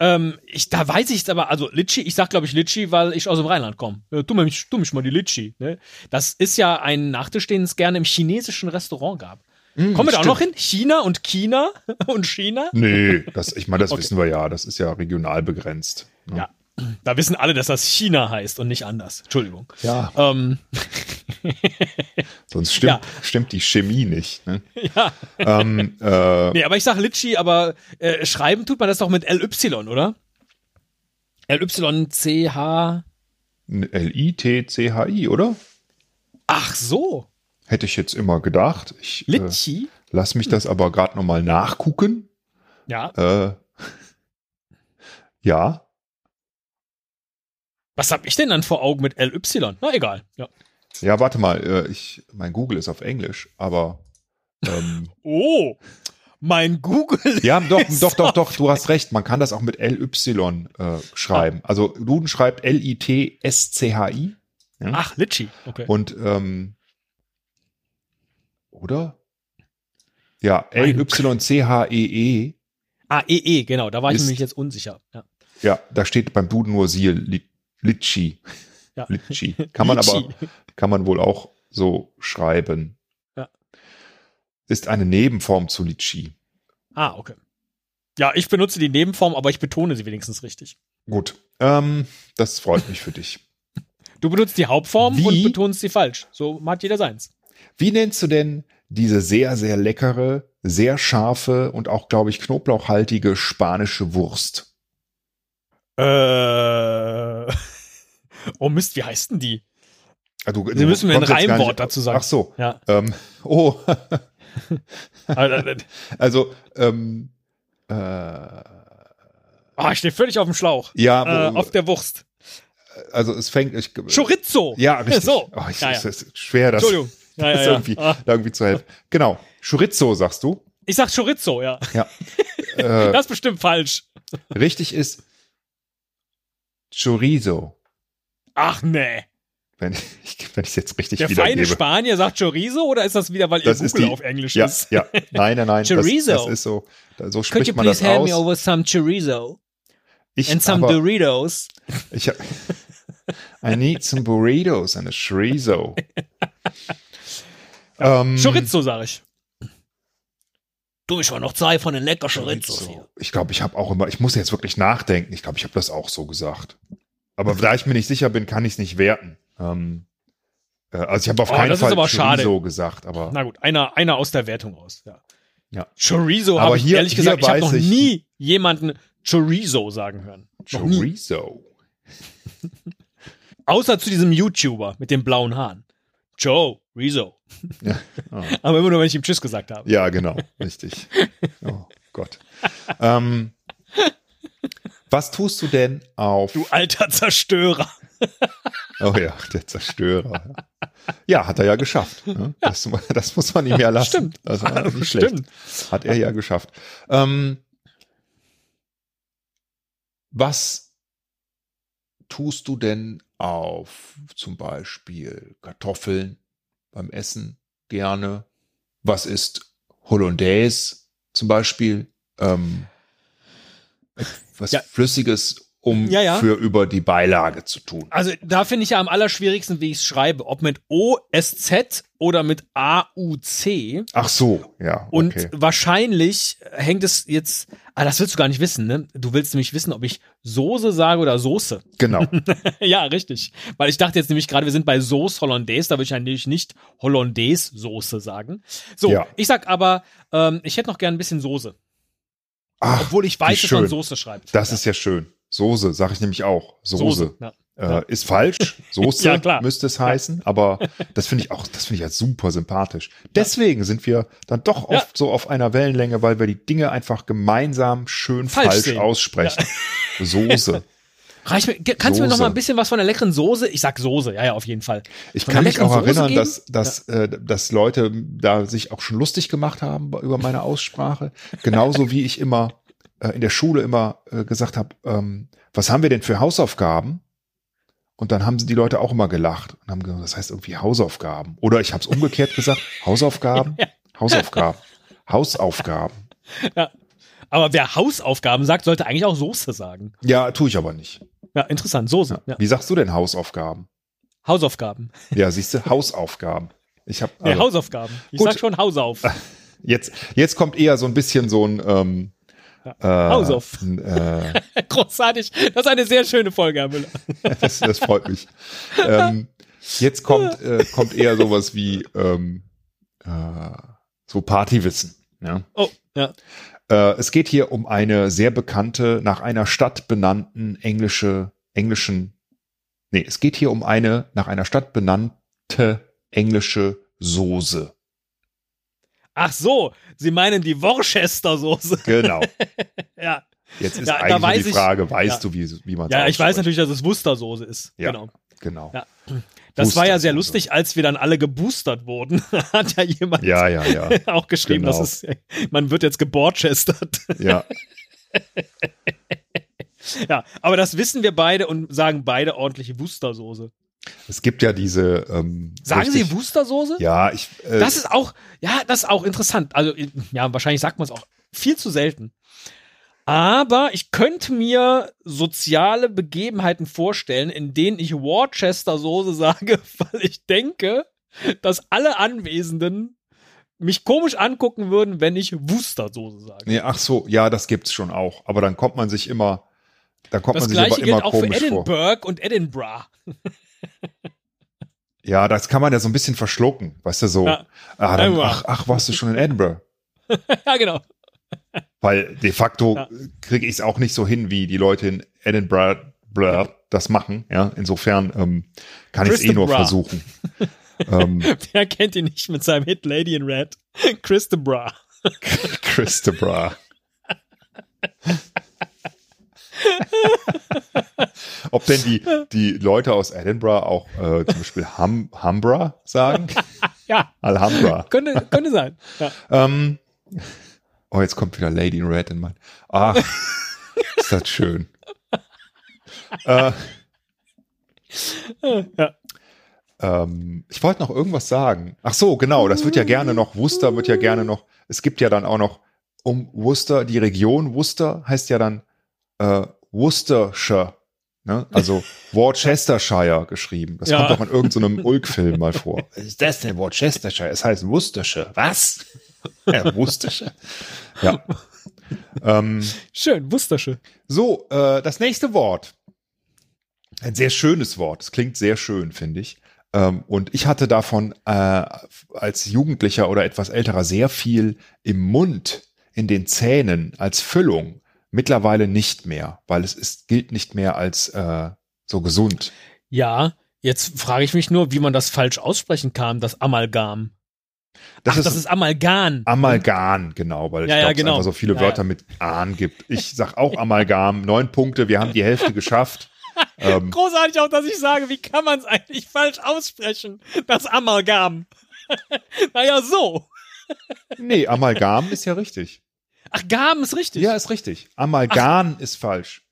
Speaker 2: Ähm, ich, da weiß ich es aber, also Litschi, ich sag glaube ich Litschi, weil ich aus dem Rheinland komme. Äh, tu, mich, tu mich mal die Litschi. Ne? Das ist ja ein Nachtisch, den es gerne im chinesischen Restaurant gab. Kommen wir da auch noch hin? China und China und China?
Speaker 3: Nee, das, ich meine, das
Speaker 2: Okay.
Speaker 3: wissen wir ja. Das ist ja regional begrenzt. ne?
Speaker 2: Ja. Da wissen alle, dass das China heißt und nicht anders. Entschuldigung.
Speaker 3: Ja.
Speaker 2: Ähm,
Speaker 3: Sonst stimmt,
Speaker 2: Ja.
Speaker 3: stimmt die Chemie nicht. Ne? Ja. Ähm, äh,
Speaker 2: nee, aber ich sag Litschi, aber äh, schreiben tut man das doch mit LY, oder? LYCH.
Speaker 3: L-I-T-C-H-I, oder?
Speaker 2: Ach so.
Speaker 3: Hätte ich jetzt immer gedacht. Ich äh,
Speaker 2: Litschi?
Speaker 3: lass mich das aber gerade nochmal nachgucken.
Speaker 2: Ja.
Speaker 3: Äh, ja,
Speaker 2: Was hab ich denn dann vor Augen mit LY? Na egal. Ja.
Speaker 3: ja, warte mal. äh, Ich, mein Google ist auf Englisch, aber ähm,
Speaker 2: Oh, mein Google.
Speaker 3: ja, doch,
Speaker 2: Ist
Speaker 3: doch, doch, doch. Du hast recht. Man kann das auch mit LY äh, schreiben. Also Duden schreibt L-I-T-S-C-H-I
Speaker 2: Ach, Litschi. Okay.
Speaker 3: und ähm, oder? Ja,
Speaker 2: Mein
Speaker 3: E L-Y-C-H-E-E.
Speaker 2: Ah, EE, genau. Da war ich
Speaker 3: Ist-
Speaker 2: mir nämlich jetzt unsicher. Ja.
Speaker 3: Ja, da steht beim Duden nur siehe Li- Litschi.
Speaker 2: Ja.
Speaker 3: Litschi. Kann man aber
Speaker 2: Litschi.
Speaker 3: kann man wohl auch so schreiben.
Speaker 2: Ja.
Speaker 3: Ist eine Nebenform zu Litschi.
Speaker 2: Ah, okay. Ja, ich benutze die Nebenform, aber ich betone sie wenigstens richtig.
Speaker 3: Gut, ähm, das freut mich für dich.
Speaker 2: Du benutzt die Hauptform
Speaker 3: Wie?
Speaker 2: und betonst sie falsch. So hat jeder seins.
Speaker 3: Wie nennst du denn diese sehr, sehr leckere, sehr scharfe und auch, glaube ich, knoblauchhaltige spanische Wurst?
Speaker 2: Äh.
Speaker 3: Äh.
Speaker 2: Oh Mist, wie heißt denn die?
Speaker 3: Also, du-
Speaker 2: Sie müssen mir ein
Speaker 3: kommst jetzt gar
Speaker 2: Reimwort dazu sagen.
Speaker 3: Ach so.
Speaker 2: Ja.
Speaker 3: Ähm, oh,
Speaker 2: Äh, äh,
Speaker 3: also, ähm, äh, ja,
Speaker 2: Ah, ich stehe völlig auf dem Schlauch. Äh,
Speaker 3: wo-
Speaker 2: auf der Wurst.
Speaker 3: also es fängt. Ich,
Speaker 2: Chorizo.
Speaker 3: ja, richtig.
Speaker 2: So.
Speaker 3: Oh, ich,
Speaker 2: Ja, ja.
Speaker 3: Es ist schwer, das,
Speaker 2: Entschuldigung. Ja,
Speaker 3: das
Speaker 2: ja, ja.
Speaker 3: irgendwie,
Speaker 2: Ah,
Speaker 3: da irgendwie zu helfen. Genau. Chorizo, sagst du.
Speaker 2: Ich sag Chorizo, ja.
Speaker 3: Äh,
Speaker 2: Das ist bestimmt falsch.
Speaker 3: Richtig ist Chorizo,
Speaker 2: Ach nee.
Speaker 3: wenn ich wenn ich es jetzt richtig
Speaker 2: Der feine
Speaker 3: wiedergebe.
Speaker 2: Spanier sagt Chorizo oder ist das wieder, weil
Speaker 3: Das
Speaker 2: ihr
Speaker 3: ist
Speaker 2: Google
Speaker 3: die-
Speaker 2: auf Englisch
Speaker 3: ja,
Speaker 2: ist?
Speaker 3: ja, nein, nein, nein.
Speaker 2: Chorizo.
Speaker 3: Das, das ist so. da- So spricht man das aus.
Speaker 2: over some chorizo
Speaker 3: Ich, aber,
Speaker 2: Doritos?
Speaker 3: ich, hab- I need some burritos and a chorizo. ähm,
Speaker 2: Chorizo, sag ich. Du, ich war noch zwei von den lecker Chorizos hier.
Speaker 3: Chorizo. Ich glaube, ich habe auch immer. Ich muss jetzt wirklich nachdenken. Ich glaube, ich habe das auch so gesagt. Aber da ich mir nicht sicher bin, kann ich es nicht werten. Ähm, äh, also ich habe auf
Speaker 2: Oh,
Speaker 3: keinen
Speaker 2: das ist
Speaker 3: Fall
Speaker 2: aber schade.
Speaker 3: Chorizo gesagt, aber
Speaker 2: Na gut, einer, einer aus der Wertung raus. Ja.
Speaker 3: Ja.
Speaker 2: Chorizo
Speaker 3: Aber
Speaker 2: habe ich
Speaker 3: hier-
Speaker 2: ehrlich
Speaker 3: hier
Speaker 2: gesagt, ich habe noch
Speaker 3: weiß ich-
Speaker 2: nie jemanden Chorizo sagen hören. Noch nie.
Speaker 3: Chorizo.
Speaker 2: Außer zu diesem YouTuber mit dem blauen Haaren. Joe Rizo.
Speaker 3: Ja. Ah.
Speaker 2: Aber immer nur, wenn ich ihm Tschüss gesagt habe.
Speaker 3: Ja, genau, richtig. Oh Gott. Ähm, was tust du denn auf?
Speaker 2: Du alter Zerstörer.
Speaker 3: Oh ja, der Zerstörer. Ja, hat er ja geschafft. ne? Das, das muss man ihm ja lassen.
Speaker 2: Stimmt.
Speaker 3: Das war nicht schlecht.
Speaker 2: Stimmt.
Speaker 3: Hat er ja geschafft. Ähm, was tust du denn auf zum Beispiel Kartoffeln beim Essen gerne? Was ist Hollandaise zum Beispiel? Ähm, was
Speaker 2: Ja.
Speaker 3: Flüssiges um
Speaker 2: Ja, ja.
Speaker 3: für über die Beilage zu tun.
Speaker 2: Also da finde ich ja am allerschwierigsten, wie ich es schreibe. Ob mit O-S-Z oder mit A-U-C.
Speaker 3: Ach so, ja.
Speaker 2: Und
Speaker 3: okay.
Speaker 2: wahrscheinlich hängt es jetzt. Ah, das willst du gar nicht wissen, ne? Du willst nämlich wissen, ob ich Soße sage oder Soße.
Speaker 3: genau.
Speaker 2: ja, richtig. Weil ich dachte jetzt nämlich gerade, wir sind bei Sauce Hollandaise, da würde ich eigentlich nicht Hollandaise-Soße sagen. So,
Speaker 3: Ja.
Speaker 2: ich sag aber, ähm, ich hätte noch gern ein bisschen Soße.
Speaker 3: Ach,
Speaker 2: Obwohl ich weiß, dass man
Speaker 3: schön.
Speaker 2: Soße schreibt.
Speaker 3: das
Speaker 2: Ja.
Speaker 3: ist ja schön. Soße, sag ich nämlich auch. Soße.
Speaker 2: Ja.
Speaker 3: Äh, ist falsch. Soße
Speaker 2: Ja, klar.
Speaker 3: müsste es heißen, aber das finde ich auch, das finde ich ja super sympathisch. Deswegen sind wir dann doch oft
Speaker 2: Ja.
Speaker 3: so auf einer Wellenlänge, weil wir die Dinge einfach gemeinsam schön
Speaker 2: Falsch
Speaker 3: falsch,
Speaker 2: sehen.
Speaker 3: aussprechen. Soße.
Speaker 2: Reich mir, ge- kannst du mir noch
Speaker 3: Soße.
Speaker 2: mal ein bisschen was von der leckeren Soße? Ich sag Soße, ja, ja, auf jeden Fall.
Speaker 3: Ich
Speaker 2: Von
Speaker 3: kann
Speaker 2: der
Speaker 3: mich
Speaker 2: leckeren
Speaker 3: auch
Speaker 2: Soße
Speaker 3: erinnern,
Speaker 2: geben?
Speaker 3: dass, dass, äh, dass Leute da sich auch schon lustig gemacht haben über meine Aussprache. Genauso wie ich immer äh, in der Schule immer äh, gesagt habe, ähm, was haben wir denn für Hausaufgaben? Und dann haben sie die Leute auch immer gelacht und haben gesagt, das heißt irgendwie Hausaufgaben. Oder ich habe es umgekehrt gesagt, Hausaufgaben, Hausaufgaben, Hausaufgaben.
Speaker 2: Aber wer Hausaufgaben sagt, sollte eigentlich auch Soße sagen.
Speaker 3: Ja, tue ich aber nicht.
Speaker 2: Ja, interessant, Soße.
Speaker 3: Ja.
Speaker 2: Ja.
Speaker 3: Wie sagst du denn Hausaufgaben?
Speaker 2: Hausaufgaben.
Speaker 3: Ja, siehst du, Hausaufgaben. Ich habe
Speaker 2: Nee, Hausaufgaben. Ich
Speaker 3: Also. Gut.
Speaker 2: sag schon Hausauf.
Speaker 3: Jetzt, jetzt kommt eher so ein bisschen so ein ähm, äh,
Speaker 2: House of.
Speaker 3: ein, Äh,
Speaker 2: Großartig. Das ist eine sehr schöne Folge, Herr Müller.
Speaker 3: das, das freut mich. ähm, jetzt kommt, äh, kommt eher sowas wie ähm, äh, so Partywissen. Ja?
Speaker 2: Oh, ja.
Speaker 3: Äh, es geht hier um eine sehr bekannte, nach einer Stadt benannten englische, englischen, nee, es geht hier um eine nach einer Stadt benannte englische Soße.
Speaker 2: Ach so, Sie meinen die Worcester-Soße.
Speaker 3: Genau.
Speaker 2: Ja.
Speaker 3: Jetzt ist
Speaker 2: Ja, da
Speaker 3: eigentlich nur
Speaker 2: weiß
Speaker 3: die
Speaker 2: ich-
Speaker 3: Frage, weißt
Speaker 2: ja.
Speaker 3: du, wie, wie man
Speaker 2: ja, ich weiß natürlich, dass es Worcester-Soße ist.
Speaker 3: Ja.
Speaker 2: Genau.
Speaker 3: Genau.
Speaker 2: Ja. Das war ja sehr
Speaker 3: Worcester-Soße.
Speaker 2: lustig, als wir dann alle geboostert wurden. Hat ja jemand
Speaker 3: Ja, ja, ja.
Speaker 2: auch geschrieben,
Speaker 3: Genau.
Speaker 2: dass es, man wird jetzt geborchestert.
Speaker 3: ja.
Speaker 2: Ja, aber das wissen wir beide und sagen beide ordentliche Wustersoße.
Speaker 3: Es gibt ja diese. Ähm,
Speaker 2: Sagen
Speaker 3: richtig-
Speaker 2: Sie Wustersoße?
Speaker 3: Ja, ich. Äh,
Speaker 2: Das ist auch, ja, das ist auch interessant. Also, ja, wahrscheinlich sagt man es auch viel zu selten. Aber ich könnte mir soziale Begebenheiten vorstellen, in denen ich Worcester-Soße sage, weil ich denke, dass alle Anwesenden mich komisch angucken würden, wenn ich Wustersoße sage.
Speaker 3: nee, ach so, ja, das gibt's schon auch. Aber dann kommt man sich immer. Da kommt
Speaker 2: das
Speaker 3: man sich aber
Speaker 2: gleiche
Speaker 3: immer
Speaker 2: gilt auch für
Speaker 3: komisch vor.
Speaker 2: Edinburgh und Edinburgh.
Speaker 3: Ja, das kann man ja so ein bisschen verschlucken, weißt du so.
Speaker 2: Ja.
Speaker 3: Ah, dann,
Speaker 2: Edinburgh.
Speaker 3: ach, ach, warst du schon in Edinburgh?
Speaker 2: ja, genau.
Speaker 3: Weil de facto
Speaker 2: Ja.
Speaker 3: kriege ich es auch nicht so hin, wie die Leute in Edinburgh blah, das machen. Ja, insofern ähm, kann ich es eh nur
Speaker 2: Christopher.
Speaker 3: versuchen. ähm,
Speaker 2: Wer kennt ihn nicht mit seinem Hit Lady in Red? Chris de Bra.
Speaker 3: Christabra. Ob denn die, die Leute aus Edinburgh auch äh, zum Beispiel Ham, Hambra sagen?
Speaker 2: Ja,
Speaker 3: Alhambra.
Speaker 2: könnte, könnte sein. Ja.
Speaker 3: Ähm, oh, jetzt kommt wieder Lady in Red in mein. Ach, ist das schön. Äh,
Speaker 2: Ja.
Speaker 3: ähm, ich wollte noch irgendwas sagen. Ach so, genau, das wird ja gerne noch, Worcester wird ja gerne noch, es gibt ja dann auch noch um Worcester, die Region Worcester heißt ja dann äh, Worcestershire, ne? also Worcestershire geschrieben. Das
Speaker 2: Ja.
Speaker 3: kommt auch in irgendeinem Ulk-Film mal vor. Was ist das denn, Worcestershire? Es heißt Worcestershire. Was? Ja, Worcestershire? Ja. ähm,
Speaker 2: Schön, Wustersche.
Speaker 3: so, äh, das nächste Wort. Ein sehr schönes Wort. Es klingt sehr schön, finde ich. Ähm, und ich hatte davon äh, als Jugendlicher oder etwas älterer sehr viel im Mund, in den Zähnen, als Füllung. Mittlerweile nicht mehr, weil es ist, gilt nicht mehr als äh, so gesund.
Speaker 2: Ja, jetzt frage ich mich nur, wie man das falsch aussprechen kann, das Amalgam.
Speaker 3: Das
Speaker 2: Ach,
Speaker 3: ist Ah.
Speaker 2: das ist Amalgam.
Speaker 3: Amalgam, genau, weil ich
Speaker 2: Ja, ja,
Speaker 3: glaube,
Speaker 2: genau.
Speaker 3: es einfach so viele
Speaker 2: Ja,
Speaker 3: Wörter mit Ahn gibt. Ich sag auch Amalgam, neun Punkte, wir haben die Hälfte geschafft. Ähm,
Speaker 2: Großartig auch, dass ich sage, wie kann man es eigentlich falsch aussprechen? Das Amalgam. naja, so.
Speaker 3: nee, Amalgam ist ja richtig.
Speaker 2: Ach, Gam ist richtig.
Speaker 3: Ja, ist richtig. Amalgam ist falsch.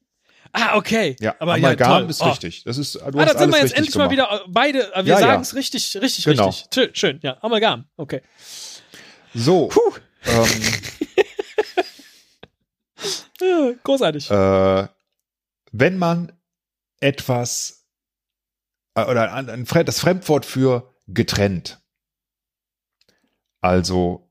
Speaker 2: Ah, okay.
Speaker 3: Ja,
Speaker 2: Aber
Speaker 3: Amalgam
Speaker 2: ja,
Speaker 3: ist
Speaker 2: richtig.
Speaker 3: richtig. Das ist, du
Speaker 2: Ah,
Speaker 3: hast
Speaker 2: da sind
Speaker 3: alles
Speaker 2: wir jetzt
Speaker 3: richtig
Speaker 2: endlich
Speaker 3: gemacht.
Speaker 2: mal wieder äh, beide. äh, Wir
Speaker 3: Ja, ja.
Speaker 2: sagen es richtig, richtig,
Speaker 3: Genau.
Speaker 2: richtig. Schön, schön, ja. Amalgam. Okay.
Speaker 3: So,
Speaker 2: Puh.
Speaker 3: ähm,
Speaker 2: Äh, Großartig.
Speaker 3: äh, wenn man etwas äh, oder ein, ein, Fre- das Fremdwort für getrennt. Also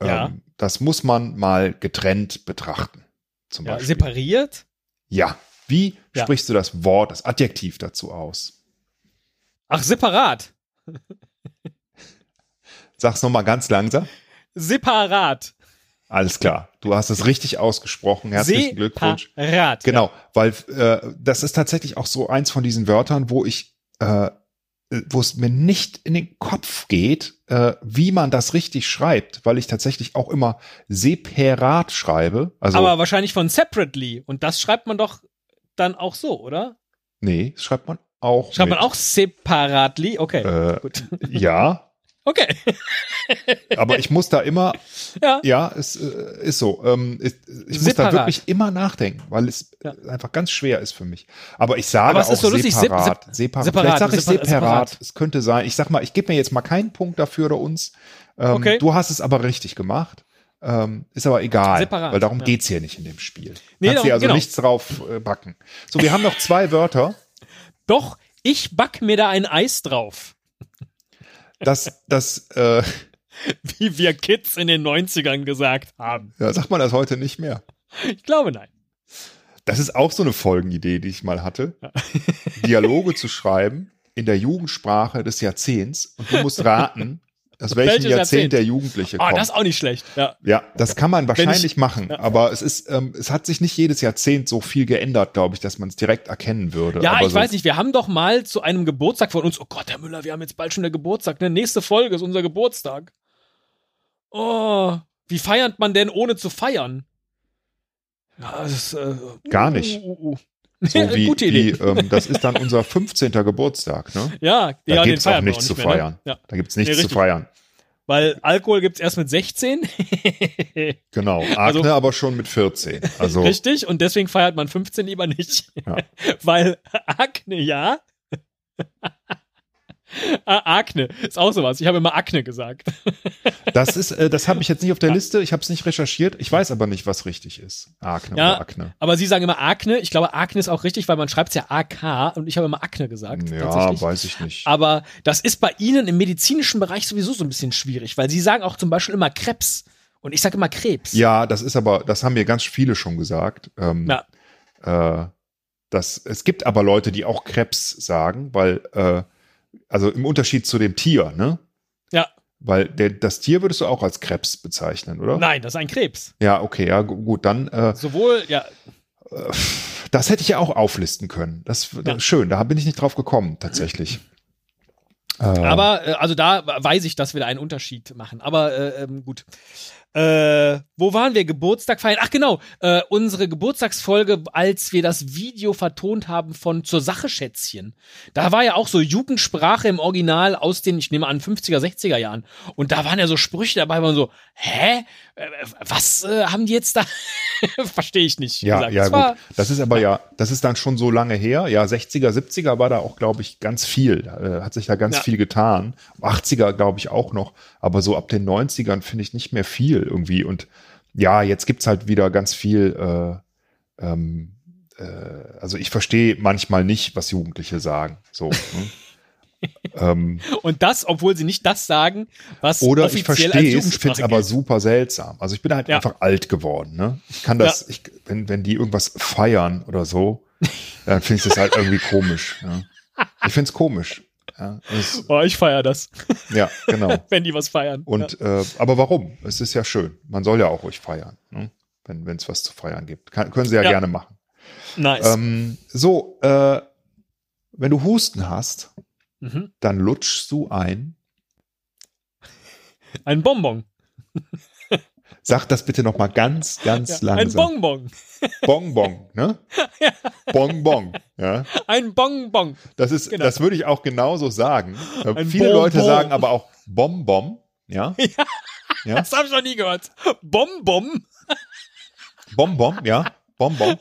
Speaker 3: ähm,
Speaker 2: Ja.
Speaker 3: das muss man mal getrennt betrachten. Zum
Speaker 2: Ja,
Speaker 3: Beispiel.
Speaker 2: separiert.
Speaker 3: Ja. Wie
Speaker 2: Ja.
Speaker 3: sprichst du das Wort, das Adjektiv dazu aus?
Speaker 2: Ach, separat.
Speaker 3: Sag's nochmal ganz langsam.
Speaker 2: Separat.
Speaker 3: Alles klar. Du hast es richtig ausgesprochen. Herzlichen Glückwunsch.
Speaker 2: Separat.
Speaker 3: Genau, weil äh, das ist tatsächlich auch so eins von diesen Wörtern, wo ich, äh, wo es mir nicht in den Kopf geht, äh, wie man das richtig schreibt, weil ich tatsächlich auch immer separat schreibe. Also
Speaker 2: Aber wahrscheinlich von separately. Und das schreibt man doch dann auch so, oder?
Speaker 3: nee, das schreibt man auch.
Speaker 2: Schreibt
Speaker 3: mit,
Speaker 2: man auch separately? Okay.
Speaker 3: Äh,
Speaker 2: Gut.
Speaker 3: ja,
Speaker 2: Okay.
Speaker 3: aber ich muss da immer,
Speaker 2: Ja.
Speaker 3: ja, es äh, ist so. Ähm, ich ich muss da
Speaker 2: Separat.
Speaker 3: wirklich immer nachdenken, weil es
Speaker 2: Ja.
Speaker 3: einfach ganz schwer ist für mich. Aber ich sage
Speaker 2: Aber es
Speaker 3: auch
Speaker 2: ist so lustig, sep-
Speaker 3: separat, separat.
Speaker 2: separat,
Speaker 3: Vielleicht sage ich
Speaker 2: separ-
Speaker 3: separat.
Speaker 2: separat.
Speaker 3: Es könnte sein. Ich sag mal, ich gebe mir jetzt mal keinen Punkt dafür oder uns. Ähm,
Speaker 2: Okay.
Speaker 3: Du hast es aber richtig gemacht. Ähm, ist aber egal,
Speaker 2: Separat,
Speaker 3: weil darum
Speaker 2: ja.
Speaker 3: geht's hier nicht in dem Spiel.
Speaker 2: Nee,
Speaker 3: Kannst
Speaker 2: darum-
Speaker 3: dir also
Speaker 2: genau.
Speaker 3: nichts drauf äh, backen. So, wir haben noch zwei Wörter.
Speaker 2: Doch, ich back mir da ein Eis drauf.
Speaker 3: Das, das, äh,
Speaker 2: Wie wir Kids in den 90ern gesagt haben.
Speaker 3: ja, sagt man das heute nicht mehr.
Speaker 2: Ich glaube nein.
Speaker 3: Das ist auch so eine Folgenidee, die ich mal hatte. Dialoge zu schreiben in der Jugendsprache des Jahrzehnts und du musst raten, aus welchem
Speaker 2: Welches
Speaker 3: Jahrzehnt,
Speaker 2: Jahrzehnt?
Speaker 3: der Jugendliche
Speaker 2: Ah,
Speaker 3: kommt.
Speaker 2: das ist auch nicht schlecht. Ja.
Speaker 3: ja, das kann man wahrscheinlich
Speaker 2: ich-
Speaker 3: machen, aber es ist, ähm, es hat sich nicht jedes Jahrzehnt so viel geändert, glaube ich, dass man es direkt erkennen würde.
Speaker 2: Ja,
Speaker 3: aber
Speaker 2: ich
Speaker 3: so,
Speaker 2: weiß nicht, wir haben doch mal zu einem Geburtstag von uns, oh Gott, Herr Müller, wir haben jetzt bald schon der Geburtstag, ne? Nächste Folge ist unser Geburtstag. Oh, wie feiert man denn ohne zu feiern? Ja, das ist, äh,
Speaker 3: Gar nicht.
Speaker 2: Uh, uh, uh.
Speaker 3: So wie,
Speaker 2: Gute
Speaker 3: wie
Speaker 2: Idee.
Speaker 3: ähm, das ist dann unser 15. Geburtstag, ne?
Speaker 2: ja,
Speaker 3: Da
Speaker 2: ja, den
Speaker 3: gibt's auch
Speaker 2: feiern wir
Speaker 3: nichts zu
Speaker 2: mehr,
Speaker 3: feiern.
Speaker 2: Ne? Ja,
Speaker 3: Da gibt's nichts
Speaker 2: Nee,
Speaker 3: zu
Speaker 2: richtig.
Speaker 3: feiern.
Speaker 2: weil Alkohol gibt's erst mit 16,
Speaker 3: Genau. Agne
Speaker 2: Also-
Speaker 3: aber schon mit 14. Also
Speaker 2: richtig? Und deswegen feiert man 15 lieber nicht,
Speaker 3: Ja.
Speaker 2: weil Akne, ja. Ah, Akne ist auch sowas. Ich habe immer Akne gesagt.
Speaker 3: das ist, äh, das habe ich jetzt nicht auf der Liste, ich habe es nicht recherchiert, ich weiß aber nicht, was richtig ist. Akne
Speaker 2: Ja.
Speaker 3: oder Akne.
Speaker 2: Aber Sie sagen immer Akne. Ich glaube, Akne ist auch richtig, weil man schreibt es ja AK und ich habe immer Akne gesagt.
Speaker 3: Ja,
Speaker 2: tatsächlich. Ah.
Speaker 3: weiß ich nicht.
Speaker 2: Aber das ist bei Ihnen im medizinischen Bereich sowieso so ein bisschen schwierig, weil Sie sagen auch zum Beispiel immer Krebs und ich sage immer Krebs.
Speaker 3: Ja, das ist aber, das haben mir ganz viele schon gesagt. Ähm,
Speaker 2: Ja.
Speaker 3: äh, das, es gibt aber Leute, die auch Krebs sagen, weil, äh, also im Unterschied zu dem Tier, ne?
Speaker 2: Ja.
Speaker 3: Weil der, das Tier würdest du auch als Krebs bezeichnen, oder?
Speaker 2: Nein, das ist ein Krebs.
Speaker 3: Ja, okay, ja, gu- gut, dann, äh,
Speaker 2: Sowohl, ja,
Speaker 3: äh, das hätte ich ja auch auflisten können. Das, das
Speaker 2: Ja.
Speaker 3: schön, da bin ich nicht drauf gekommen, tatsächlich. Äh,
Speaker 2: aber äh, also da weiß ich, dass wir da einen Unterschied machen. Aber äh, ähm, gut. Äh, wo waren wir? Geburtstag feiern? Ach genau, äh, unsere Geburtstagsfolge, als wir das Video vertont haben von Zur Sache Schätzchen. Da war ja auch so Jugendsprache im Original aus den, ich nehme an, 50er, 60er Jahren. Und da waren ja so Sprüche dabei, wo man so, hä? Äh, was äh, haben die jetzt da? Verstehe ich nicht.
Speaker 3: Ja,
Speaker 2: gesagt.
Speaker 3: ja,
Speaker 2: Das
Speaker 3: gut.
Speaker 2: war-
Speaker 3: das ist aber ja, das ist dann schon so lange her. Ja, 60er, 70er war da auch, glaube ich, ganz viel. Äh, hat sich da ganz
Speaker 2: Ja.
Speaker 3: viel getan. 80er, glaube ich, auch noch. Aber so ab den 90ern finde ich nicht mehr viel irgendwie. Und ja, jetzt gibt's halt wieder ganz viel. Äh, ähm, äh, also ich verstehe manchmal nicht, was Jugendliche sagen. So. Ne? ähm,
Speaker 2: Und das, obwohl sie nicht das sagen, was
Speaker 3: oder ich
Speaker 2: offiziell als
Speaker 3: verstehe es, ich
Speaker 2: Jugendsprache
Speaker 3: finde es aber
Speaker 2: gilt.
Speaker 3: super seltsam. Also ich bin halt
Speaker 2: Ja.
Speaker 3: einfach alt geworden. Ne? Ich kann das, ich, wenn, wenn die irgendwas feiern oder so, dann finde ich das halt irgendwie komisch. Ja? Ich finde es komisch. Ja, es,
Speaker 2: Oh, ich feiere das,
Speaker 3: ja genau.
Speaker 2: wenn die was feiern. ja.
Speaker 3: Und äh, aber warum? Es ist ja schön. Man soll ja auch ruhig feiern, ne? wenn es was zu feiern gibt. Kann, können sie ja,
Speaker 2: Ja.
Speaker 3: gerne machen.
Speaker 2: Nice.
Speaker 3: Ähm, so, äh, wenn du Husten hast,
Speaker 2: Mhm.
Speaker 3: dann lutschst du ein.
Speaker 2: Ein Bonbon.
Speaker 3: Sag das bitte noch mal ganz,
Speaker 2: Ja.
Speaker 3: ganz
Speaker 2: Ein
Speaker 3: langsam.
Speaker 2: Bonbon.
Speaker 3: Bonbon, ne? Bonbon, ja.
Speaker 2: Ein Bonbon.
Speaker 3: Das ist,
Speaker 2: Genau.
Speaker 3: das würde ich auch genauso sagen. Äh,
Speaker 2: Ein
Speaker 3: Viele
Speaker 2: Bonbon.
Speaker 3: Leute sagen aber auch Bonbon, ja. Ja.
Speaker 2: Das habe ich noch nie gehört. Bonbon.
Speaker 3: Bonbon, ja. Bonbon.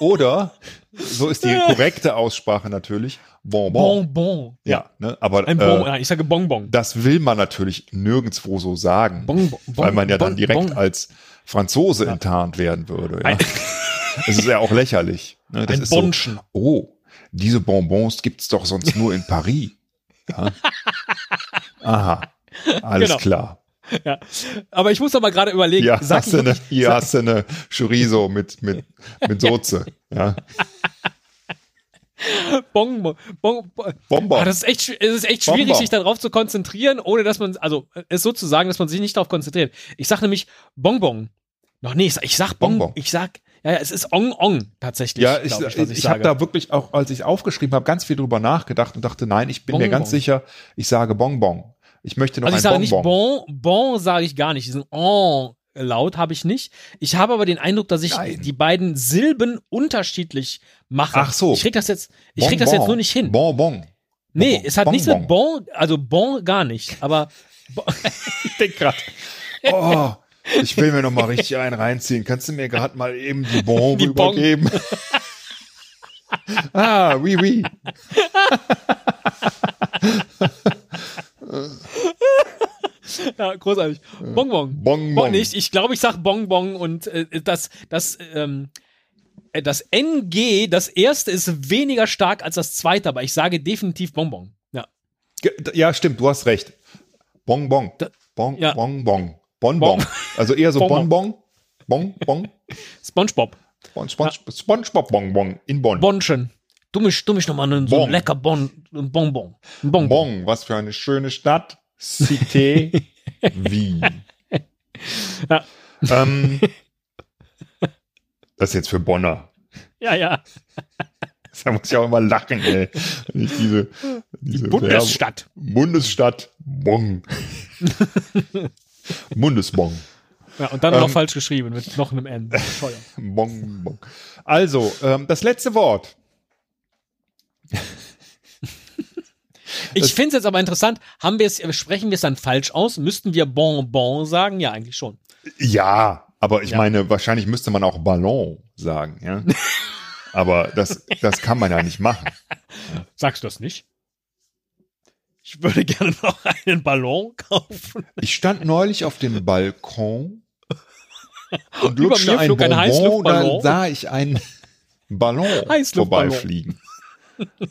Speaker 3: Oder, so ist die
Speaker 2: Ja.
Speaker 3: korrekte Aussprache natürlich, Bonbon.
Speaker 2: Bonbon.
Speaker 3: Ja, ne? aber
Speaker 2: Ein Bonbon.
Speaker 3: äh,
Speaker 2: Nein, ich sage Bonbon.
Speaker 3: das will man natürlich nirgendwo so sagen,
Speaker 2: Bonbon.
Speaker 3: weil man ja dann
Speaker 2: Bonbon.
Speaker 3: direkt als Franzose enttarnt werden würde. Ja. Es ist ja auch lächerlich. Ne? Das
Speaker 2: Ein
Speaker 3: ist so,
Speaker 2: Bonschen.
Speaker 3: oh, diese Bonbons gibt's doch sonst nur in Paris. Ja? Aha, alles
Speaker 2: Genau.
Speaker 3: klar.
Speaker 2: Ja. Aber ich muss doch mal gerade überlegen.
Speaker 3: Hier,
Speaker 2: sag
Speaker 3: hast du,
Speaker 2: ich,
Speaker 3: eine, hier hast du eine Chorizo mit, mit, mit Soße. Ja.
Speaker 2: Bonbon, Bon, Bon-
Speaker 3: Bomber.
Speaker 2: Ah, das ist echt, schw- es ist echt schwierig,
Speaker 3: Bonbon.
Speaker 2: sich darauf zu konzentrieren, ohne dass man, also es so zu sagen, dass man sich nicht darauf konzentriert. Ich sag nämlich Bonbon. Noch nee, ich sag, ich sag Bonbon.
Speaker 3: Bonbon.
Speaker 2: Ich sag, ja, ja, es ist Ong Ong tatsächlich.
Speaker 3: Ja, ich,
Speaker 2: glaub
Speaker 3: ich,
Speaker 2: was
Speaker 3: ich habe da wirklich auch, als ich aufgeschrieben habe, ganz viel drüber nachgedacht und dachte, nein, ich bin mir
Speaker 2: Bonbon.
Speaker 3: ganz sicher, ich sage Bonbon. Ich möchte noch
Speaker 2: Also ich sage
Speaker 3: ein
Speaker 2: nicht
Speaker 3: Bonbon.
Speaker 2: Bon, Bon sage ich gar nicht. Diesen On laut habe ich nicht. Ich habe aber den Eindruck, dass ich
Speaker 3: Nein.
Speaker 2: die beiden Silben unterschiedlich mache.
Speaker 3: Ach so.
Speaker 2: Ich krieg das jetzt, ich krieg das jetzt nur nicht hin.
Speaker 3: Bonbon.
Speaker 2: nee,
Speaker 3: Bonbon.
Speaker 2: es hat nichts
Speaker 3: Bonbon.
Speaker 2: mit Bon, also Bon gar nicht. Aber Bon- ich denke gerade.
Speaker 3: Oh, ich will mir noch mal richtig einen reinziehen. Kannst du mir gerade mal eben die Bon
Speaker 2: Die Bon.
Speaker 3: übergeben? ah, oui, oui.
Speaker 2: Ja, großartig. Bonbon.
Speaker 3: Bonbon.
Speaker 2: Bon nicht. Ich glaube, ich sag Bonbon und äh, das, das, ähm, äh, das NG, das erste ist weniger stark als das zweite, aber ich sage definitiv Bonbon. Ja.
Speaker 3: Ge- Ja, stimmt, du hast recht. Bonbon.
Speaker 2: Da-
Speaker 3: Bon,
Speaker 2: ja.
Speaker 3: Bonbon. Bonbon. Also eher so
Speaker 2: Bonbon.
Speaker 3: Bonbon. Bonbon.
Speaker 2: SpongeBob.
Speaker 3: Bon, Spon- Spongebob Bonbon in Bonn.
Speaker 2: Bonchen. Du mich, du mich nochmal einen so
Speaker 3: Bon.
Speaker 2: einen lecker Bon, ein Bonbon. Ein Bonbon.
Speaker 3: Bonn, was für eine schöne Stadt. Cité Wien.
Speaker 2: Ja.
Speaker 3: Ähm, das ist jetzt für Bonner.
Speaker 2: Ja, ja.
Speaker 3: Da muss ich auch immer lachen, ey. Wenn ich diese, diese
Speaker 2: Bundesstadt.
Speaker 3: Werbung- Bundesstadt Bonn. Bundesbon.
Speaker 2: Ja, und dann
Speaker 3: Ähm.
Speaker 2: noch falsch geschrieben mit noch einem N. Teuer.
Speaker 3: Bon, bon. Also, ähm, das letzte Wort.
Speaker 2: Ich finde es jetzt aber interessant. Haben wir es, sprechen wir es dann falsch aus? Müssten wir Bonbon sagen? Ja, eigentlich schon.
Speaker 3: Ja, aber ich
Speaker 2: Ja.
Speaker 3: meine, wahrscheinlich müsste man auch Ballon sagen, ja. aber das, das kann man ja nicht machen.
Speaker 2: Sagst du das nicht? Ich würde gerne noch einen Ballon kaufen.
Speaker 3: Ich stand neulich auf dem Balkon und
Speaker 2: Über
Speaker 3: lutschte
Speaker 2: mir
Speaker 3: ein
Speaker 2: flog ein
Speaker 3: Bonbon,
Speaker 2: Heißluftballon.
Speaker 3: dann sah ich einen Ballon
Speaker 2: Heißluftballon.
Speaker 3: vorbeifliegen.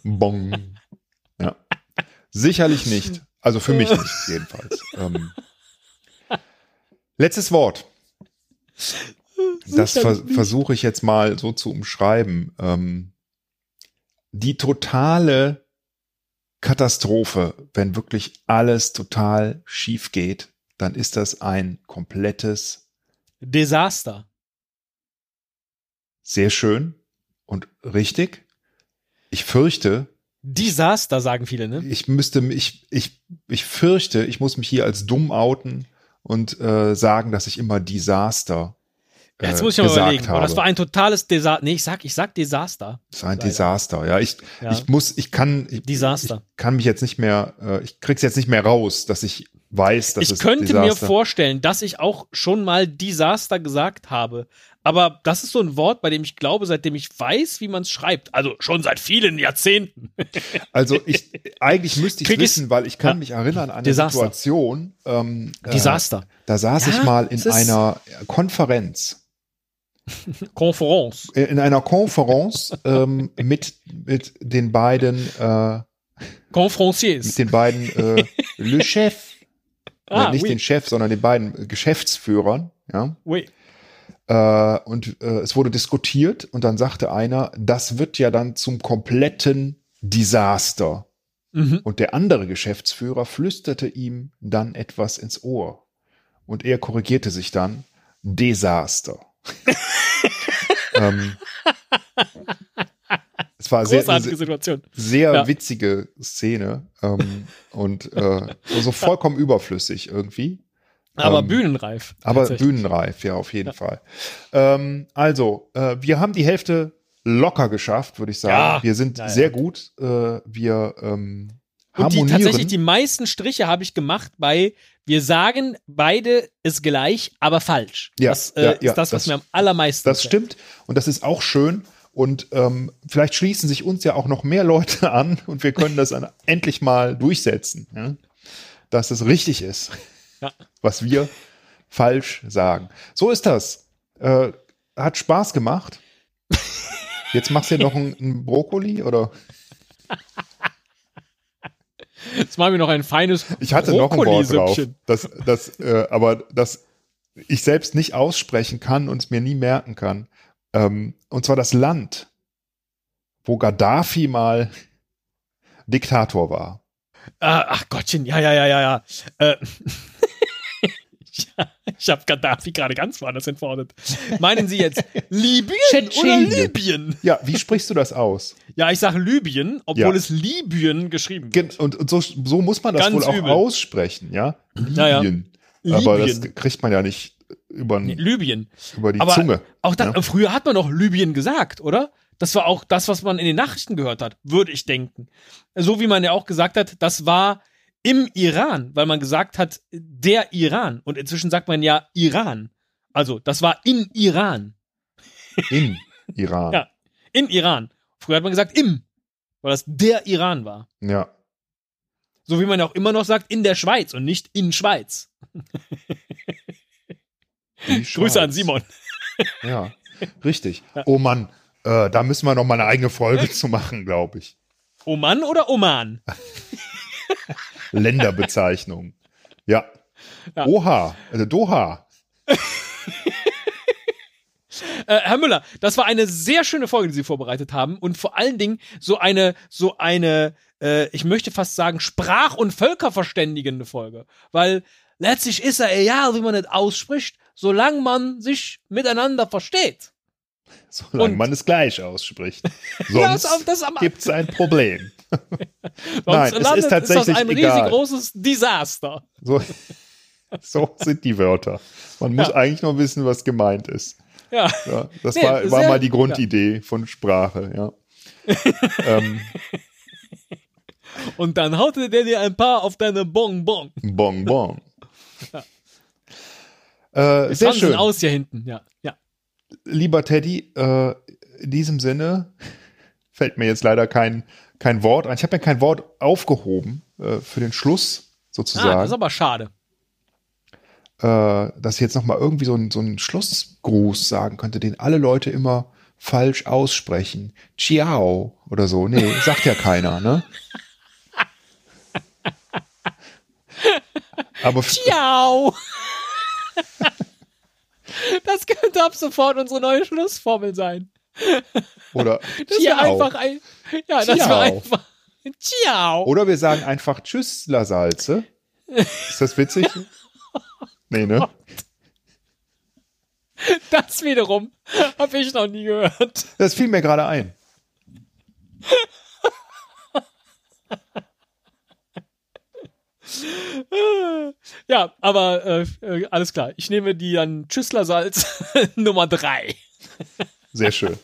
Speaker 3: Bong. Ja. Sicherlich nicht. Also für mich nicht, jedenfalls. Ähm, letztes Wort. Das ver versuche ich jetzt mal so zu umschreiben. Ähm, die totale Katastrophe, wenn wirklich alles total schief geht, dann ist das ein komplettes,
Speaker 2: Desaster.
Speaker 3: sehr schön und richtig. Ich fürchte,
Speaker 2: Desaster sagen viele, ne?
Speaker 3: ich müsste mich, ich, ich fürchte, ich muss mich hier als dumm outen und äh, sagen, dass ich immer Desaster äh,
Speaker 2: Jetzt muss ich mal
Speaker 3: gesagt
Speaker 2: überlegen.
Speaker 3: habe.
Speaker 2: Aber das war ein totales Desaster. Nee, ich sag, ich sag Desaster.
Speaker 3: Das ist ein
Speaker 2: leider.
Speaker 3: Desaster. Ja, ich,
Speaker 2: Ja.
Speaker 3: ich muss, ich kann, ich,
Speaker 2: Desaster.
Speaker 3: ich kann mich jetzt nicht mehr, äh, ich krieg's jetzt nicht mehr raus, dass ich weiß, dass
Speaker 2: ich
Speaker 3: es
Speaker 2: könnte mir
Speaker 3: Desaster-
Speaker 2: vorstellen, dass ich auch schon mal Desaster gesagt habe. Aber das ist so ein Wort, bei dem ich glaube, seitdem ich weiß, wie man es schreibt, also schon seit vielen Jahrzehnten.
Speaker 3: Also ich, eigentlich müsste ich
Speaker 2: Krieg ich's-
Speaker 3: wissen, weil ich kann
Speaker 2: Ja.
Speaker 3: mich erinnern an eine
Speaker 2: Desaster.
Speaker 3: Situation. Ähm, äh,
Speaker 2: Desaster.
Speaker 3: Da saß
Speaker 2: Ja,
Speaker 3: ich mal in
Speaker 2: es ist-
Speaker 3: einer Konferenz. äh,
Speaker 2: Konferenz.
Speaker 3: in einer Konferenz ähm, mit, mit den beiden, äh, mit
Speaker 2: Konferenciers.
Speaker 3: den beiden äh, Le Chef,
Speaker 2: Ah,
Speaker 3: Nein, nicht
Speaker 2: oui.
Speaker 3: den Chef, sondern den beiden Geschäftsführern, ja.
Speaker 2: Oui.
Speaker 3: Äh, und äh, es wurde diskutiert und dann sagte einer, das wird ja dann zum kompletten Desaster.
Speaker 2: Mhm.
Speaker 3: Und der andere Geschäftsführer flüsterte ihm dann etwas ins Ohr. Und er korrigierte sich dann, Desaster. ähm, es war sehr,
Speaker 2: Großartige
Speaker 3: sehr,
Speaker 2: Situation.
Speaker 3: sehr
Speaker 2: Ja.
Speaker 3: witzige Szene ähm, und äh, so vollkommen überflüssig irgendwie.
Speaker 2: Aber
Speaker 3: Ähm,
Speaker 2: bühnenreif.
Speaker 3: Aber
Speaker 2: Tatsächlich.
Speaker 3: bühnenreif, ja, auf jeden Fall. Ähm, also, äh, wir haben die Hälfte locker geschafft, würde ich sagen.
Speaker 2: Ja.
Speaker 3: wir sind
Speaker 2: Ja, ja.
Speaker 3: sehr gut. Äh, wir ähm,
Speaker 2: Und die,
Speaker 3: harmonieren.
Speaker 2: tatsächlich die meisten Striche habe ich gemacht bei wir sagen beide ist gleich, aber falsch.
Speaker 3: Ja,
Speaker 2: das äh,
Speaker 3: ja, ja,
Speaker 2: ist das, was
Speaker 3: das-
Speaker 2: mir am allermeisten
Speaker 3: das stimmt und das ist auch schön. Und ähm, vielleicht schließen sich uns ja auch noch mehr Leute an und wir können das dann endlich mal durchsetzen, ja? dass es richtig ist,
Speaker 2: Ja.
Speaker 3: was wir falsch sagen. So ist das. Äh, hat Spaß gemacht. Jetzt machst du dir noch einen, einen Brokkoli oder?
Speaker 2: Jetzt machen wir noch ein feines
Speaker 3: Ich hatte noch ein Wort drauf,
Speaker 2: Brokkolisüppchen.
Speaker 3: das, das, äh, aber das ich selbst nicht aussprechen kann und es mir nie merken kann. Ähm, und zwar das Land, wo Gaddafi mal Diktator war.
Speaker 2: Ah, ach Gottchen, ja, ja, ja, ja, ja. Äh, ich habe Gaddafi gerade ganz woanders entfordert. Meinen Sie jetzt Libyen oder
Speaker 3: Tschetschenien.
Speaker 2: Libyen?
Speaker 3: Ja, wie sprichst du das aus?
Speaker 2: Ja, ich sage Libyen, obwohl
Speaker 3: Ja.
Speaker 2: es Libyen geschrieben
Speaker 3: Gen-
Speaker 2: wird.
Speaker 3: Und, und so, so muss man das
Speaker 2: Ganz
Speaker 3: wohl auch
Speaker 2: übel.
Speaker 3: aussprechen, ja?
Speaker 2: Ja, ja.
Speaker 3: Libyen. Aber das
Speaker 2: Libyen.
Speaker 3: kriegt man ja nicht über,
Speaker 2: Nee, Libyen.
Speaker 3: über die
Speaker 2: aber-
Speaker 3: Zunge.
Speaker 2: Auch da,
Speaker 3: Ja.
Speaker 2: äh, früher hat man doch Libyen gesagt, oder? Das war auch das, was man in den Nachrichten gehört hat, würde ich denken. So wie man ja auch gesagt hat, das war im Iran, weil man gesagt hat, der Iran. Und inzwischen sagt man ja Iran. Also, das war in Iran.
Speaker 3: In Iran.
Speaker 2: Ja. In Iran. Früher hat man gesagt im, weil das der Iran war.
Speaker 3: ja.
Speaker 2: So wie man ja auch immer noch sagt, in der Schweiz und nicht in Schweiz.
Speaker 3: Die Schweiz.
Speaker 2: Grüße an Simon.
Speaker 3: Ja, richtig. Oh Mann, äh, da müssen wir noch mal eine eigene Folge zu machen, glaube ich.
Speaker 2: Oman oder Oman?
Speaker 3: Länderbezeichnung. Ja.
Speaker 2: Ja.
Speaker 3: Oha, also Doha.
Speaker 2: Äh, Herr Müller, das war eine sehr schöne Folge, die Sie vorbereitet haben und vor allen Dingen so eine, so eine, äh, ich möchte fast sagen, Sprach- und Völkerverständigende Folge. Weil letztlich ist ja egal, wie man es ausspricht, solange man sich miteinander versteht.
Speaker 3: Solange
Speaker 2: Und-
Speaker 3: man es gleich ausspricht.
Speaker 2: Ja, das-
Speaker 3: Sonst
Speaker 2: das ist am-
Speaker 3: gibt's ein Problem. Nein, es ist
Speaker 2: ist das
Speaker 3: tatsächlich
Speaker 2: ein
Speaker 3: egal.
Speaker 2: riesengroßes Desaster.
Speaker 3: So, so sind die Wörter. Man muss
Speaker 2: Ja.
Speaker 3: eigentlich nur wissen, was gemeint ist.
Speaker 2: Ja.
Speaker 3: Ja, das
Speaker 2: Nee,
Speaker 3: war, war
Speaker 2: sehr-
Speaker 3: mal die Grundidee von Sprache, ja. ähm,
Speaker 2: Und dann haute der dir ein paar auf deine Bonbon.
Speaker 3: Bonbon. Äh, sehr
Speaker 2: Tanzen
Speaker 3: schön.
Speaker 2: aus hier hinten, ja. ja.
Speaker 3: lieber Teddy, äh, in diesem Sinne fällt mir jetzt leider kein, kein Wort ein. Ich habe mir kein Wort aufgehoben äh, für den Schluss
Speaker 2: Ah, das ist
Speaker 3: sozusagen,
Speaker 2: aber schade.
Speaker 3: äh, dass ich jetzt nochmal irgendwie so, ein, so einen Schlussgruß sagen könnte, den alle Leute immer falsch aussprechen. Ciao oder so. Nee, sagt ja keiner, ne? Aber
Speaker 2: Ciao! Das könnte ab sofort unsere neue Schlussformel sein.
Speaker 3: oder
Speaker 2: Das wir einfach ein. Ja, das
Speaker 3: Ciao.
Speaker 2: war einfach. Ciao!
Speaker 3: Oder wir sagen einfach Tschüss, Lasalze. Ist das witzig? Nee, ne?
Speaker 2: Das wiederum habe ich noch nie gehört.
Speaker 3: Das fiel mir gerade ein.
Speaker 2: Ja, aber äh, äh, alles klar. Ich nehme die dann Tschüsslersalz Nummer 3.
Speaker 3: Sehr schön.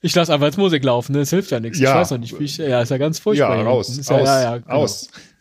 Speaker 2: Ich lasse einfach als Musik laufen, ne? das hilft ja nichts.
Speaker 3: Ja.
Speaker 2: Ich weiß noch nicht, wie ich. Ja, ist ja ganz furchtbar.
Speaker 3: ja,
Speaker 2: hier
Speaker 3: raus.
Speaker 2: hinten. Ist
Speaker 3: aus.
Speaker 2: Ja, ja, ja, genau.
Speaker 3: aus.